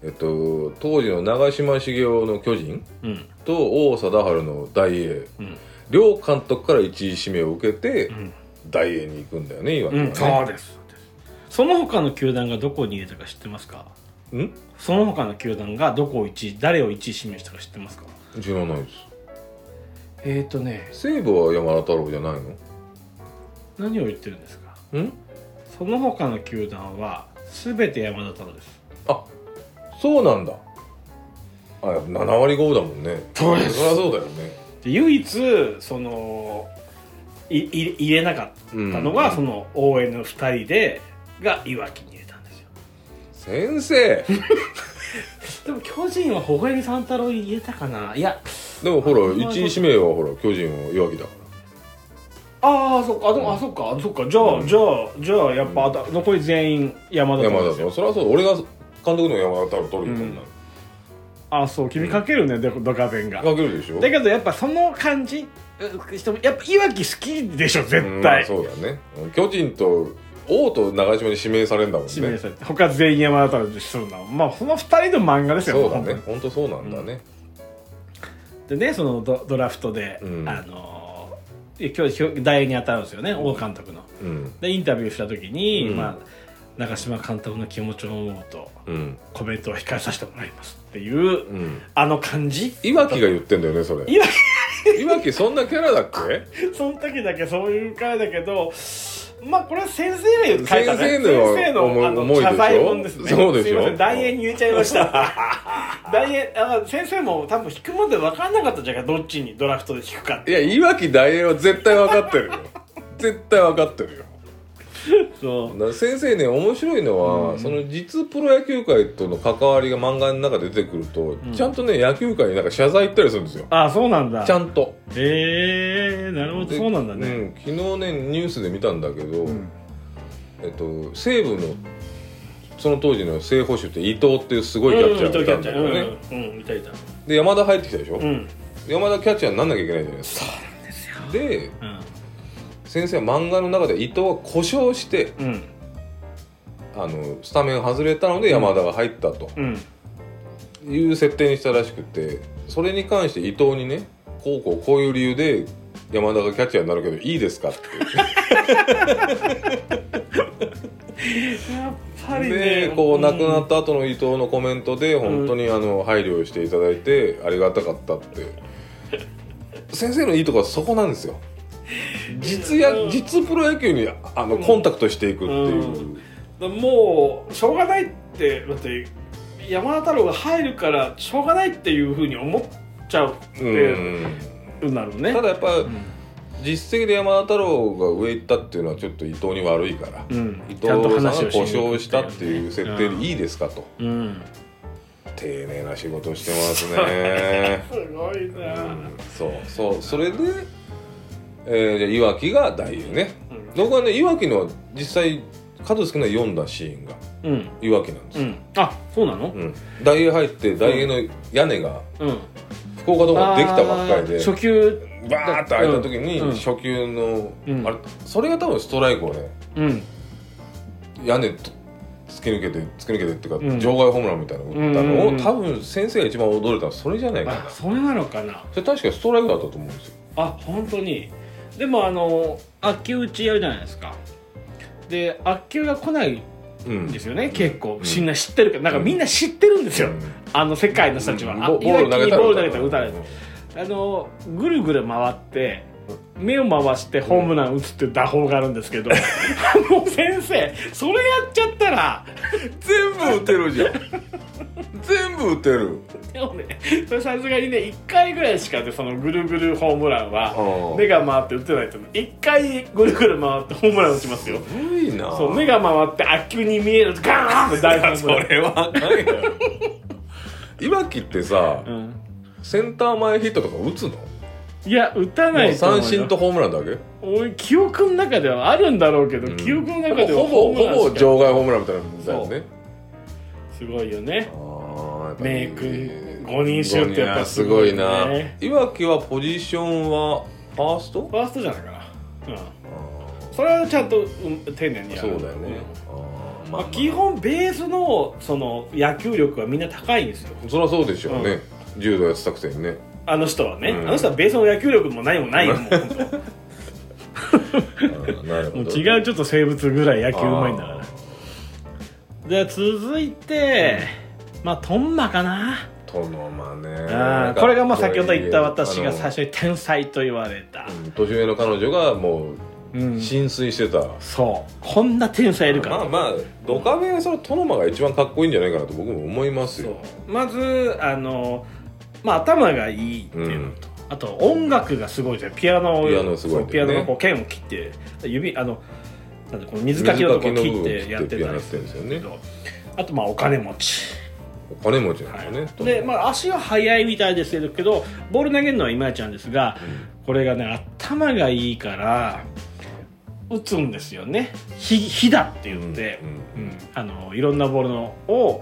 Speaker 1: えっと当時の長嶋茂雄の巨人
Speaker 2: うん
Speaker 1: と王貞治の大英、
Speaker 2: ん
Speaker 1: 両監督から一位指名を受けて、
Speaker 2: ん
Speaker 1: 大英に行くんだよね今、
Speaker 2: うん、そうですその他の球団がどこに入れたか知ってますか
Speaker 1: うん
Speaker 2: その他の球団がどこを1位誰を1位指名したか知ってますか
Speaker 1: 知らないで
Speaker 2: えっ、ー、とね
Speaker 1: す西武は山田太郎じゃないの
Speaker 2: 何を言ってるんですか
Speaker 1: うん
Speaker 2: その他の球団は全て山田太郎です
Speaker 1: あそうなんだあ7割5分だもんね
Speaker 2: そうです
Speaker 1: そりゃそうだよね
Speaker 2: で唯一そのいい入れなかったのが、
Speaker 1: うん
Speaker 2: その応援の2人でがいわきに入れたんですよ
Speaker 1: 先
Speaker 2: <laughs>
Speaker 1: 生
Speaker 2: でも巨人はほほえみ三太郎入れたかないや
Speaker 1: でもほら
Speaker 2: あそう
Speaker 1: 1位指名はほら巨人はいわきだか
Speaker 2: ああそっかあでもあそっかあそっかじゃあ、じゃあじゃあやっぱ、あと残り全員山田
Speaker 1: ら
Speaker 2: 太
Speaker 1: 山
Speaker 2: 郎
Speaker 1: 田
Speaker 2: です
Speaker 1: 太
Speaker 2: よ
Speaker 1: 郎そりゃそう俺が監督の山田太郎取るよそんなの
Speaker 2: あそう君かけるね、でドカベンが
Speaker 1: かけるでしょ
Speaker 2: だけどやっぱその感じう人もやっぱいわき好きでしょ絶
Speaker 1: うんまあ
Speaker 2: 対、
Speaker 1: そうだねうん巨人と王と長島に指名されるんだもんね
Speaker 2: 指名されて他全員山田太郎でしょまあその二人の漫画ですよ
Speaker 1: そうだ
Speaker 2: 本当
Speaker 1: ね
Speaker 2: に
Speaker 1: 本当そうなんだね
Speaker 2: でねそのドドラフトで、
Speaker 1: うん
Speaker 2: あのー今日大に当たるんですよね王監督の
Speaker 1: うん
Speaker 2: でインタビューした時に、
Speaker 1: うん
Speaker 2: まあ中島監督の気持ちを思うと
Speaker 1: うん
Speaker 2: コメントは控えさせてもらいますっていう、
Speaker 1: うん
Speaker 2: あの感じ
Speaker 1: いわきが言ってんだよねそれ
Speaker 2: いわ
Speaker 1: いわきそんなキャラだっけ
Speaker 2: その時だけそういうからだけどまあこれは先生が書いた、ね、
Speaker 1: 先生の
Speaker 2: 先生
Speaker 1: 思い
Speaker 2: の
Speaker 1: 思
Speaker 2: あ
Speaker 1: い
Speaker 2: の
Speaker 1: でしょ
Speaker 2: 謝罪文ですね
Speaker 1: そうでしょ
Speaker 2: すいません大円に言っちゃいました <laughs> 大円あの先生も多分引くまで分かんなかったじゃんかどっちにドラフトで引くかっ
Speaker 1: い
Speaker 2: て
Speaker 1: やいわき大英は絶対分かってるよ絶対分かってるよ
Speaker 2: そ
Speaker 1: だから先生ね面白いのは、
Speaker 2: うん
Speaker 1: その実プロ野球界との関わりが漫画の中で出てくると、
Speaker 2: ん
Speaker 1: ちゃんとね野球界になんか謝罪行ったりするんですよ
Speaker 2: あそうなんだ
Speaker 1: ちゃんと
Speaker 2: ええなるほど
Speaker 1: で
Speaker 2: そうなんだね、
Speaker 1: うん昨日ねニュースで見たんだけど、
Speaker 2: うん
Speaker 1: えっと、西武のその当時の正捕手って伊藤っていうすごいキャッチャーがいたんだけどね、
Speaker 2: うん、うん、いたいた
Speaker 1: で山田入ってきたでしょ、
Speaker 2: うん
Speaker 1: 山田キャッチャーになんなきゃいけないじゃないですか
Speaker 2: ですよ
Speaker 1: で
Speaker 2: うん
Speaker 1: 先生は漫画の中で伊藤は故障して
Speaker 2: うん
Speaker 1: あのスタメン外れたので山田が入ったと
Speaker 2: うん
Speaker 1: いう設定にしたらしくてそれに関して伊藤にねこうこうこういう理由で山田がキャッチャーになるけどいいですかって
Speaker 2: やっぱりね
Speaker 1: でこう亡くな
Speaker 2: っ
Speaker 1: った後の伊藤のコメントで本当にあの配慮をしていただいてありがたかった
Speaker 2: <laughs>
Speaker 1: って先生のいいところはそこなんですよ実
Speaker 2: うん
Speaker 1: や実プロ野球にあの
Speaker 2: うん
Speaker 1: コンタクトしていくっていうう
Speaker 2: もうしょうがないってだって山田太郎が入るからしょうがないっていうふうに思っちゃうって
Speaker 1: うん、
Speaker 2: なるね
Speaker 1: ただやっぱ
Speaker 2: うん
Speaker 1: 実績で山田太郎が上行ったっていうのはちょっと伊藤に悪いから、
Speaker 2: うん
Speaker 1: 伊藤さんが
Speaker 2: 話をし
Speaker 1: 故
Speaker 2: に行く
Speaker 1: 障したっていう設定でいいですかと、
Speaker 2: うん
Speaker 1: 丁寧な仕事してます
Speaker 2: <laughs>
Speaker 1: ね。
Speaker 2: すごいな
Speaker 1: そうそうそれで、えーじゃあいわきが大優ね
Speaker 2: うん
Speaker 1: 僕はねいわきの実際数少ない読んだシーンが
Speaker 2: うん
Speaker 1: いわきなんです
Speaker 2: う
Speaker 1: よ、
Speaker 2: んあそうなの
Speaker 1: うん大英入って大英の屋根が
Speaker 2: うん
Speaker 1: 福岡とかできたばっかり
Speaker 2: あ
Speaker 1: で
Speaker 2: ー初級
Speaker 1: バーッと開いた時に
Speaker 2: うん
Speaker 1: 初級の、
Speaker 2: うん
Speaker 1: あれそれが多分ストライクをね
Speaker 2: うん
Speaker 1: 屋根と突き抜けて突き抜けてっていうか、
Speaker 2: うん
Speaker 1: 場外ホームランみたいなの打ったのを、
Speaker 2: うんうんうん
Speaker 1: 多分先生が一番驚いたのはそれじゃないか
Speaker 2: あ
Speaker 1: な
Speaker 2: それなのかな
Speaker 1: それ確かストライクだったと思うんですよ
Speaker 2: あ本当にでもあの秋打ちやるじゃないですかで秋球が来ない
Speaker 1: うん
Speaker 2: ですよね、結構
Speaker 1: うん
Speaker 2: みんな知ってるからなんかみんな知ってるんですよ、
Speaker 1: うん
Speaker 2: あの世界の人たちは、
Speaker 1: うん
Speaker 2: あ
Speaker 1: ボボール投げた
Speaker 2: いわきにボール
Speaker 1: ら
Speaker 2: 投げたら打たれる、あのぐるぐる回って目を回してホームラン打つっていう打法があるんですけど、もう先生それやっちゃったら
Speaker 1: 全部打てる
Speaker 2: <laughs>
Speaker 1: じゃん全部打てる
Speaker 2: でもねそれさすがにね1回ぐらいしかでそのぐるぐるホームランは目
Speaker 1: 目
Speaker 2: が回って打てないと思う1回ぐるぐる回ってホームラン打ちますよ
Speaker 1: ごいな
Speaker 2: そう目が回って悪球に見えるとガーンって大ホ
Speaker 1: <laughs>
Speaker 2: ー
Speaker 1: そ
Speaker 2: ムラン
Speaker 1: れはあかんやろいわきってさ、
Speaker 2: うん
Speaker 1: センター前ヒットとか打つの
Speaker 2: いや打たな
Speaker 1: もう
Speaker 2: いと思うよ
Speaker 1: 三振とホームランだけ
Speaker 2: 俺記憶の中ではあるんだろうけど、
Speaker 1: ん
Speaker 2: 記憶の中では
Speaker 1: ほぼほ
Speaker 2: ホームランし
Speaker 1: ぼ
Speaker 2: か
Speaker 1: 場外ホームランみたいなもんだよね
Speaker 2: すごいよね
Speaker 1: あー
Speaker 2: 名
Speaker 1: やっぱり
Speaker 2: 君五人衆ってやっぱ
Speaker 1: すごいな
Speaker 2: すごいね
Speaker 1: いわきはポジションはファースト
Speaker 2: ファーストじゃないかなうんそれはちゃんと、うん丁寧にや
Speaker 1: そ
Speaker 2: る
Speaker 1: うだよね
Speaker 2: うん
Speaker 1: あー
Speaker 2: まあ、基本ベースのその野球力はみんな高いんですよ
Speaker 1: そりゃそうでしょうね、柔道やってたくせにね
Speaker 2: あの人はね、
Speaker 1: うん
Speaker 2: あの人はベースの野球力もないもんないよ
Speaker 1: <laughs>
Speaker 2: もう本当
Speaker 1: なる
Speaker 2: もう違うちょっと生物ぐらい野球うまいんだからで続いて、まあトンマかな
Speaker 1: トノマね
Speaker 2: あーこれがまあ先ほど言った私
Speaker 1: あ
Speaker 2: が
Speaker 1: の
Speaker 2: 最初に天才と言われた、
Speaker 1: うん年上の彼女がも
Speaker 2: う
Speaker 1: うん浸水してた、
Speaker 2: そうこんな天才いるか
Speaker 1: ま
Speaker 2: と
Speaker 1: あまあドカベンそのトノマが一番かっこいいんじゃないかなと僕も思います
Speaker 2: そう
Speaker 1: よ
Speaker 2: まずあの、まあ、頭がいいっていうのと、あと音楽がすごいじゃんピアノを
Speaker 1: ピアノすごいんだよね
Speaker 2: そうピアノのこう剣を切って指あのなんだこの水かきのところを切ってやってたりするんです
Speaker 1: 水かきの部分を切ってピアノやって
Speaker 2: け
Speaker 1: るんです
Speaker 2: ど、あとまあお金持ち、
Speaker 1: お金持ちなんですよね、
Speaker 2: はい、で、まあ、足は速いみたいですけどボール投げるのはいまいちなんですがこれがね頭がいいから打つんですよねひひだって言って。
Speaker 1: うん
Speaker 2: うん、あのいろんなボールのを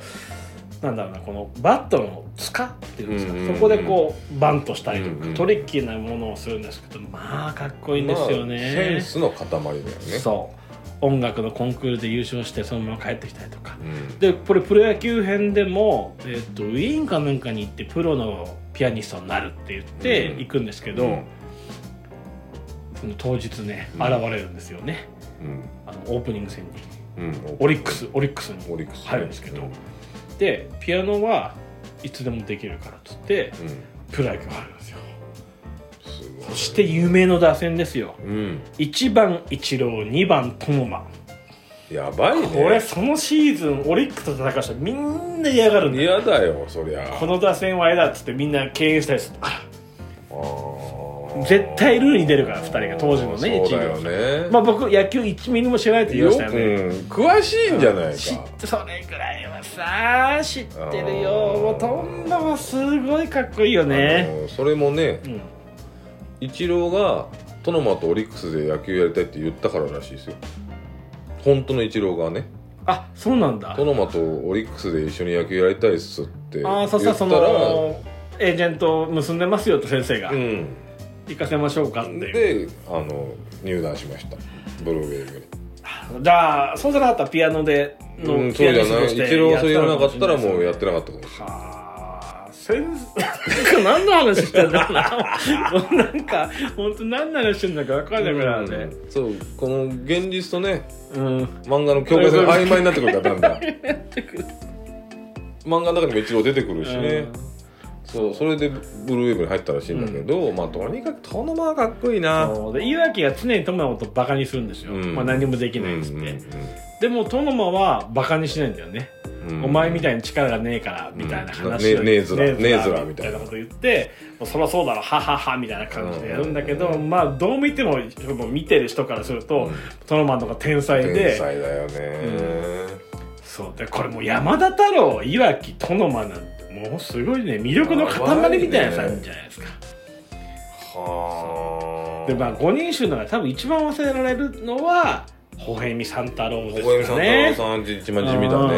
Speaker 2: なんだろうなこのバットのつかっていうんですか、
Speaker 1: うんうんうん
Speaker 2: そこでこうバンとしたりとか、
Speaker 1: うんうん
Speaker 2: トリッキーなものをするんですけどまあかっこ
Speaker 1: う
Speaker 2: いいんですよ
Speaker 1: まあセ
Speaker 2: ね
Speaker 1: ン。スの塊だよね
Speaker 2: そう音楽のコンクールで優勝してそのまま帰ってきたりとか
Speaker 1: う、ん
Speaker 2: でこれプロ野球編でも、えっとウィーンかなんかに行ってプロのピアニストになるって言って
Speaker 1: うん
Speaker 2: 行くんですけど、
Speaker 1: うん
Speaker 2: その当日ね
Speaker 1: う
Speaker 2: 現
Speaker 1: ん
Speaker 2: れるんですよね、
Speaker 1: うん
Speaker 2: あのオープニング戦に。
Speaker 1: うん
Speaker 2: オリックスオリックスに
Speaker 1: オリックス
Speaker 2: 入るんですけど
Speaker 1: うん
Speaker 2: でピアノはいつでもできるからっつってプライクがあるんですよ
Speaker 1: すごい
Speaker 2: そして夢の打線ですよ
Speaker 1: うん
Speaker 2: 1番イチロー2番友馬
Speaker 1: やばいね
Speaker 2: これそのシーズンオリックスと戦う人みんな嫌がるんだよ
Speaker 1: 嫌だよそりゃ
Speaker 2: この打線は嫌だっつってみんな敬遠したりするあ
Speaker 1: あー
Speaker 2: 絶対ルールに出るから二人が当時のね
Speaker 1: そうだよね
Speaker 2: まあ僕野球1ミリも知らないって言い
Speaker 1: よ
Speaker 2: ま
Speaker 1: うん
Speaker 2: したよね
Speaker 1: 詳しいんじゃない
Speaker 2: 知っ
Speaker 1: か
Speaker 2: それぐらいはさ知ってる
Speaker 1: あ
Speaker 2: よ
Speaker 1: ー
Speaker 2: もうトンボはすごいかっこいいよね
Speaker 1: あのそれもね
Speaker 2: うん
Speaker 1: イチローがトノマとオリックスで野球やりたいって言ったかららしいですよ本当のイチローがね
Speaker 2: あそうなんだ
Speaker 1: トノマとオリックスで一緒に野球やりたいっすって言
Speaker 2: ああ
Speaker 1: った
Speaker 2: そしたらそ
Speaker 1: ら
Speaker 2: のエージェントを結んでますよと先生が
Speaker 1: うん
Speaker 2: 行かせましょうかっていう
Speaker 1: であの入団しましたブルーウェーブに
Speaker 2: じゃあそうじゃなかったらピアノでの
Speaker 1: うん、
Speaker 2: ピ
Speaker 1: そ
Speaker 2: ア
Speaker 1: うじ
Speaker 2: ニ
Speaker 1: ゃ
Speaker 2: ストと
Speaker 1: ない。
Speaker 2: し
Speaker 1: 一
Speaker 2: て
Speaker 1: 郎はそう言わなか
Speaker 2: や
Speaker 1: っ
Speaker 2: って
Speaker 1: た
Speaker 2: た
Speaker 1: ら
Speaker 2: のもしれ
Speaker 1: もう
Speaker 2: ない
Speaker 1: や
Speaker 2: で
Speaker 1: っ
Speaker 2: す
Speaker 1: てなかったかもしれない。
Speaker 2: はあ先生何の話してんだろうなもうなんか本当何の話してんだか分かんないぐらいだね
Speaker 1: うんそう、この現実とね、
Speaker 2: うん
Speaker 1: 漫画の境界線が曖昧になってくるから、だんだ
Speaker 2: <laughs>
Speaker 1: ん。
Speaker 2: やってくる
Speaker 1: 漫画の中にも一郎出てくるしね
Speaker 2: うん。
Speaker 1: そう、それでブルーウェーブに入ったらしいんだけど、まあ、とにかくトノマはかっこいいな。
Speaker 2: そうでいわきが常にトノマのことバカにするんですよ、
Speaker 1: うん
Speaker 2: まあ、何もできないっつって、でもトノマはバカにしないんだよね、お前み
Speaker 1: い
Speaker 2: たいに力がねえからみたいな話を、
Speaker 1: うんねねえずら
Speaker 2: ねえず
Speaker 1: ねえずら
Speaker 2: み
Speaker 1: み
Speaker 2: た
Speaker 1: た
Speaker 2: い
Speaker 1: い
Speaker 2: な
Speaker 1: な
Speaker 2: こと言ってもうそりゃそうだろはははみたいな感じでやるんだけど、
Speaker 1: うん
Speaker 2: まあどう見てももう見てる人からすると、
Speaker 1: うん
Speaker 2: トノマとか天才で
Speaker 1: 天才だよね。
Speaker 2: そうでこれもう山田太郎いわきトノマなんてもうすごいね魅力の塊みたいなさ
Speaker 1: やばいね
Speaker 2: じゃないですか。
Speaker 1: はあ。
Speaker 2: でまあ5人衆の中で多分一番忘れられるのはほへみ三太郎
Speaker 1: 小
Speaker 2: で
Speaker 1: 林
Speaker 2: す
Speaker 1: さん、太郎
Speaker 2: かね
Speaker 1: さん、一番地味だね。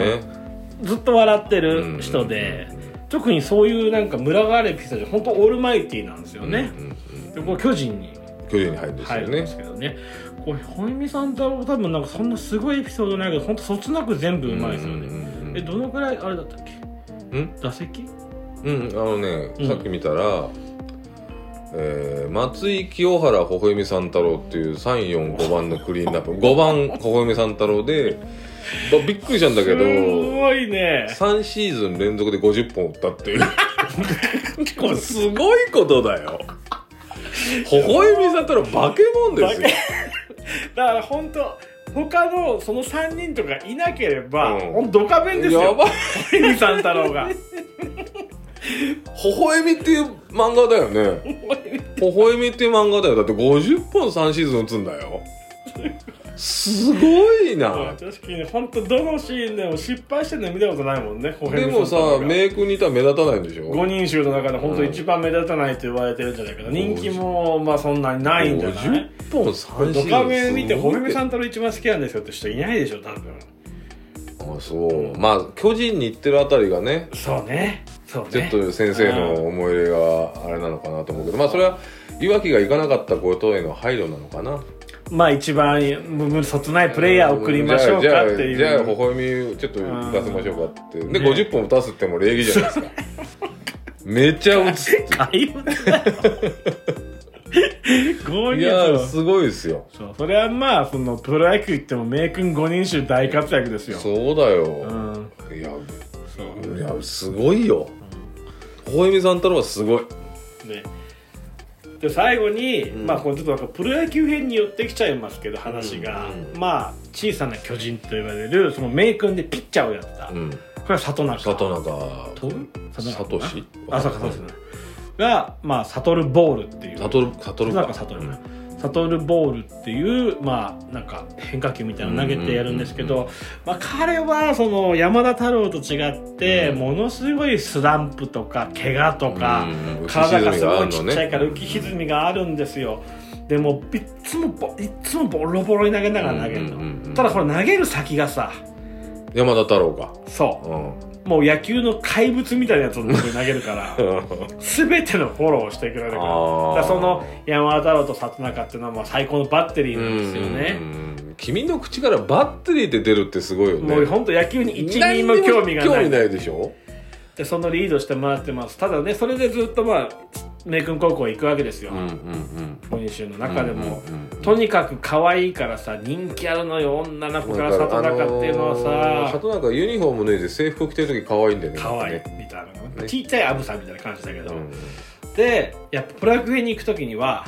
Speaker 2: ずっと笑って
Speaker 1: う
Speaker 2: る
Speaker 1: ん
Speaker 2: 人で、特にそういうなんか群がる人たち本当オールマイティーなんですよね
Speaker 1: う、んうんうん
Speaker 2: でこう巨人に
Speaker 1: 巨人に入るんですよ
Speaker 2: 入るん
Speaker 1: ね
Speaker 2: で。すけどねこれほへみ三太郎多分なんかそんなすごいエピソードないけど本当そつなく全部うまいですよね、
Speaker 1: うんうんうん
Speaker 2: えどのくらいあれだったっけ
Speaker 1: うん、
Speaker 2: 打席
Speaker 1: うん、あのね、
Speaker 2: うん
Speaker 1: さっき見たら、えー松井清原ほほえみ三太郎っていう345番のクリーンナップ5番ほほえみ三太郎でまびっくりしたんだけど
Speaker 2: すごいね
Speaker 1: 3シーズン連続で50本打ったっていうこれすごいことだよほほえみ三太郎化け物ですよ
Speaker 2: だから本当他のその3人とかいなければ、
Speaker 1: うん
Speaker 2: ほんとドカベンですよ
Speaker 1: やばい
Speaker 2: ヘミ三太
Speaker 1: <laughs>
Speaker 2: 郎が。
Speaker 1: ほほえみっていう漫画だよねほほえみっていう漫画だよだって50本3シーズン打つんだよすごい
Speaker 2: <laughs>
Speaker 1: な
Speaker 2: 確かに本当どのシーンでも失敗してるの見たことないもんね。
Speaker 1: でもさメイクにいたら目立たないんでし
Speaker 2: 5
Speaker 1: ょ
Speaker 2: 人衆の中で本当一番目立たないと言われてるんじゃないかな。人気もまあそんなにないんじゃない
Speaker 1: 50本3シーズ
Speaker 2: ド
Speaker 1: ン
Speaker 2: カベン見て、
Speaker 1: すご
Speaker 2: ホ
Speaker 1: い
Speaker 2: ヘミ三太郎一番好きなんですよって人いないでしょ、多分。
Speaker 1: あそうまあ巨人に行ってるあたりがね
Speaker 2: そうね。そう
Speaker 1: ちょっ
Speaker 2: ね。
Speaker 1: と先生の思い入れがあれなのかなと思うけどまあそれはいわきが行かなかったことへの配慮なのかな
Speaker 2: まあ一番むむそつないプレイヤーを送りましょうかっていう。
Speaker 1: じゃあじゃあ微笑みちょっと打たせましょうかってで
Speaker 2: ね
Speaker 1: 50本打たすってもう礼儀じゃないです
Speaker 2: <laughs>
Speaker 1: かめっちゃ打つって
Speaker 2: 怪物だよ強
Speaker 1: い
Speaker 2: 引
Speaker 1: や
Speaker 2: や
Speaker 1: ー
Speaker 2: つ
Speaker 1: すごいですよ
Speaker 2: そうそれはまあそのプロ野球行っても名君5人衆大活躍ですよ
Speaker 1: そうだ
Speaker 2: う
Speaker 1: よ、
Speaker 2: ん
Speaker 1: いや
Speaker 2: そう
Speaker 1: いやすごいよ微笑みさん太郎はすごい
Speaker 2: ねで最後に、
Speaker 1: ん
Speaker 2: まあこれちょっとなんかプロ野球編に寄ってきちゃいますけど話が、
Speaker 1: うん
Speaker 2: まあ小さな巨人と言われるその名君でピッチャーをやった、
Speaker 1: う
Speaker 2: こ
Speaker 1: ん
Speaker 2: れは里中
Speaker 1: 里中
Speaker 2: 徹
Speaker 1: サトシ
Speaker 2: あそうかそうですねがまあ悟るボールっていう
Speaker 1: サトルサトル
Speaker 2: なんか悟る、悟るボールっていうまあなんか変化球みたいなの投げてやるんですけど、
Speaker 1: うん
Speaker 2: まあ、彼はその山田太郎と違って、
Speaker 1: うん
Speaker 2: ものすごいスランプとか怪我とか、
Speaker 1: うん
Speaker 2: 体が
Speaker 1: 浮き
Speaker 2: す
Speaker 1: 沈みがあ
Speaker 2: ごい
Speaker 1: るのね
Speaker 2: ちっちゃいから浮き沈みがあるんですよ。でもいっつもボいっつもボロボロに投げながら投げるの、
Speaker 1: うんうんうんうん
Speaker 2: ただこれ投げる先がさ
Speaker 1: 山田太郎か
Speaker 2: そううもう野球の怪物みたいなやつを投げるから
Speaker 1: ん
Speaker 2: 全てのフォローをしてくれるから
Speaker 1: あ
Speaker 2: だか
Speaker 1: あ
Speaker 2: らその山田太郎と里中っていうのはまあ最高のバッテリーなんですよね。
Speaker 1: うん君の口からバッテリーって出るってすごいよね
Speaker 2: もう本当野球に一
Speaker 1: 何
Speaker 2: ミリ
Speaker 1: に
Speaker 2: も興味がな
Speaker 1: 興味
Speaker 2: い
Speaker 1: ないでしょ
Speaker 2: でそのリードしてもらってますただねそれでずっとまあ名君高校行くわけですよ、
Speaker 1: うんうんうん
Speaker 2: 文集の中でも、
Speaker 1: うんうんうん
Speaker 2: とにかく可愛いからさ人気あるのよ女の子から
Speaker 1: だ
Speaker 2: 里中っていうのは
Speaker 1: あのー
Speaker 2: さ
Speaker 1: 里中ユニフォーム脱いで制服着てる時可愛いんだよね
Speaker 2: 可愛い
Speaker 1: なんかね
Speaker 2: みたいな、
Speaker 1: ね
Speaker 2: ちっちゃいアブさんみたいな感じだけど、
Speaker 1: うん
Speaker 2: でやっぱプロ野球に行く時には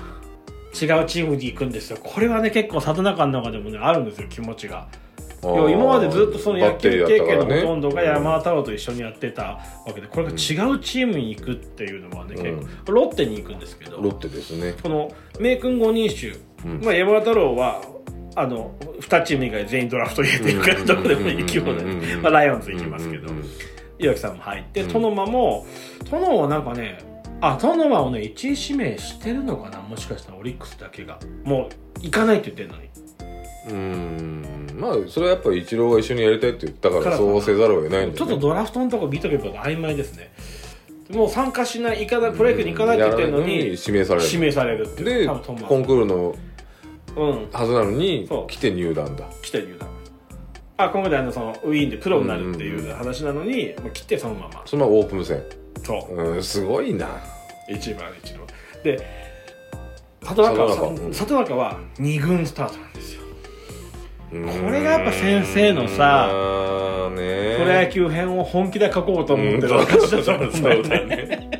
Speaker 2: 違うチームに行くんですよこれはね結構里中の中でもねあるんですよ気持ちが
Speaker 1: あ
Speaker 2: 要は
Speaker 1: ー
Speaker 2: 今までずっとその野球経験の
Speaker 1: バッテリーだったから
Speaker 2: ほ
Speaker 1: ね
Speaker 2: とんどが山田太郎と一緒にやってたわけでこれが違うチームに行くっていうのはね、
Speaker 1: うん
Speaker 2: 結構ロッテに行くんですけど
Speaker 1: ロッテですね
Speaker 2: この名君五人衆、
Speaker 1: うん
Speaker 2: まあ、山田太郎はあの2チーム以外全員ドラフト入れてるからどこでも行き放
Speaker 1: うんうんうんう
Speaker 2: 題
Speaker 1: ん
Speaker 2: まあライオンズ行きますけど
Speaker 1: うんうんうん
Speaker 2: 岩城さんも入って
Speaker 1: うん
Speaker 2: トノマもトノマはなんかねあトノマをね1位指名してるのかなもしかしたらオリックスだけがもう行かないって言ってるのに
Speaker 1: うーんまあそれはやっぱイチローが一緒にやりたいって言ったか
Speaker 2: からら
Speaker 1: そうせざるを得ないん
Speaker 2: ち
Speaker 1: だ
Speaker 2: ょ
Speaker 1: よ
Speaker 2: っと
Speaker 1: ね
Speaker 2: ドラフトのとこ見とけば曖昧ですねもう参加しない行かないプロ野球に行かないって言ってるの
Speaker 1: やらない
Speaker 2: に
Speaker 1: 指名される
Speaker 2: 指名されるっていう
Speaker 1: で
Speaker 2: 多
Speaker 1: コ
Speaker 2: 分トノマ
Speaker 1: ンクールの
Speaker 2: うん
Speaker 1: はずなのに
Speaker 2: そう
Speaker 1: 来て入団だ
Speaker 2: 来て入団あ今回あのそのウィーンでプロになるっていう話なのに、もう切ってそのまま
Speaker 1: そのままオープン戦
Speaker 2: そう
Speaker 1: うんすごいな
Speaker 2: 一番一番で
Speaker 1: 里
Speaker 2: 里中は
Speaker 1: 中うん
Speaker 2: 里中は二軍スタートなんですよ
Speaker 1: こ
Speaker 2: これがやっぱ先生のさ
Speaker 1: ね
Speaker 2: プロ野球編を本気で書こうと思ってる私たちだと思うんだよね
Speaker 1: ね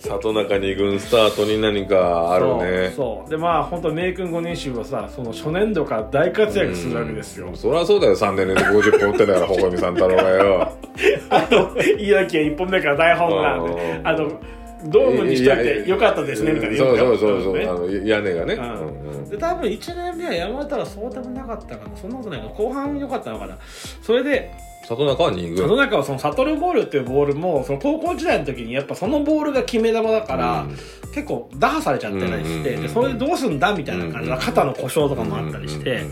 Speaker 1: 里中二軍スタートに何かあるね
Speaker 2: そうそうでまあ本当名君五人衆はさその初年度から大活躍するわけですよ
Speaker 1: そりゃそうだよ3年連続50本打ってたからほこみさん太郎がよ
Speaker 2: あの猪木1本目から大ホームランで
Speaker 1: うん
Speaker 2: あのドームにしといてよかったですねみたいな
Speaker 1: そ
Speaker 2: 言
Speaker 1: う
Speaker 2: か
Speaker 1: そ
Speaker 2: ら
Speaker 1: うそうそう
Speaker 2: ね
Speaker 1: あの屋根がね
Speaker 2: うん
Speaker 1: うんうん
Speaker 2: で多分1年目は山形がそうでもなかったかなそんなことないかな後半良かったのかなそれで
Speaker 1: 里中は二
Speaker 2: 世
Speaker 1: 軍
Speaker 2: の中はそのサトルボールっていうボールもその高校時代の時にやっぱそのボールが決め球だから、結構打破されちゃったりして、
Speaker 1: うんうんうん
Speaker 2: でそれでどうすんだみたいな感じ
Speaker 1: うんう
Speaker 2: で
Speaker 1: ん
Speaker 2: 肩の故障とかもあったりして、
Speaker 1: うん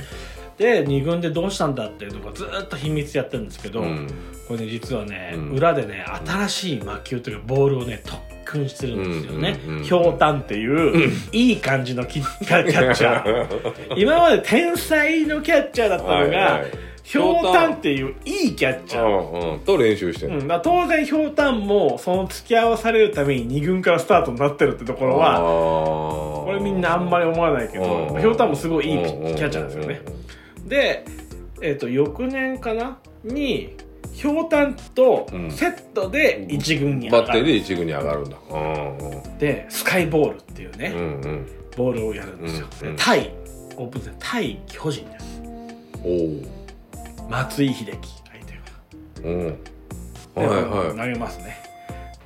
Speaker 2: で2軍でどうしたんだっていうのがずーっと秘密やってるんですけど、
Speaker 1: うん
Speaker 2: これね実はね、
Speaker 1: うん
Speaker 2: 裏でね新しい魔球というかボールをね特訓してるんですよね、
Speaker 1: うんうんうん
Speaker 2: ひょうたんっていう、いい感じのキキャキャッ <laughs> チャー今まで天才のキャッチャーだった
Speaker 1: はい
Speaker 2: の
Speaker 1: は
Speaker 2: が
Speaker 1: い
Speaker 2: ひょうたんっていういいキャッチャー、
Speaker 1: うんうんと練習して
Speaker 2: う
Speaker 1: る
Speaker 2: んだから当然ひょうたんもその付き合わされるために2軍からスタートになってるってところは
Speaker 1: こ
Speaker 2: これみんなあんまり思わないけどひょうたんもすごいいいピッキャッチャーなんですよねで、えっと翌年かなにひょうたんとセットで一軍に上
Speaker 1: バッ
Speaker 2: が
Speaker 1: テリー
Speaker 2: る、
Speaker 1: で一軍に上がるんだうんうん
Speaker 2: でスカイボールっていうね、
Speaker 1: うんうん
Speaker 2: ボールをやるんですよ、
Speaker 1: うん
Speaker 2: で対オープン戦対巨人です
Speaker 1: おー
Speaker 2: 松井秀喜相手
Speaker 1: うんはい
Speaker 2: が、
Speaker 1: はい
Speaker 2: 投げますね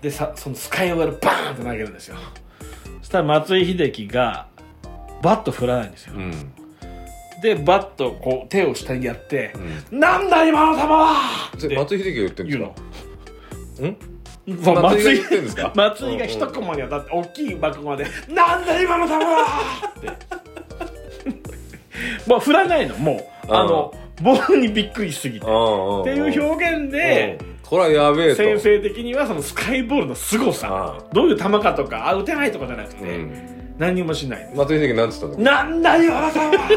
Speaker 2: でさそのスカイボールバーンって投げるんですよそしたら松井秀喜がバット振らないんですよ、
Speaker 1: うん
Speaker 2: でバットをこう手を下にやって「なんだ今の球は!」っ
Speaker 1: それ
Speaker 2: て
Speaker 1: 松井秀喜が言ってるんで
Speaker 2: 言
Speaker 1: す
Speaker 2: う
Speaker 1: か
Speaker 2: の
Speaker 1: うん松
Speaker 2: そう松
Speaker 1: 井
Speaker 2: 井
Speaker 1: が言ってんですか
Speaker 2: 松井が一コマに当たって大きい爆コで「なんだ今の球は!」ってまあ振らないの <laughs> もう
Speaker 1: うん
Speaker 2: あのボールにびっくりしすぎ
Speaker 1: っ
Speaker 2: てっ
Speaker 1: て
Speaker 2: いう表現で
Speaker 1: これはやべえと
Speaker 2: 先生的にはそのスカイボールの凄さ
Speaker 1: う
Speaker 2: どういう球かとかあ打てないとかじゃな
Speaker 1: う
Speaker 2: くて
Speaker 1: ん
Speaker 2: 何にもしない
Speaker 1: 松井秀喜なんつった
Speaker 2: 「
Speaker 1: の
Speaker 2: なんだ今の球は!」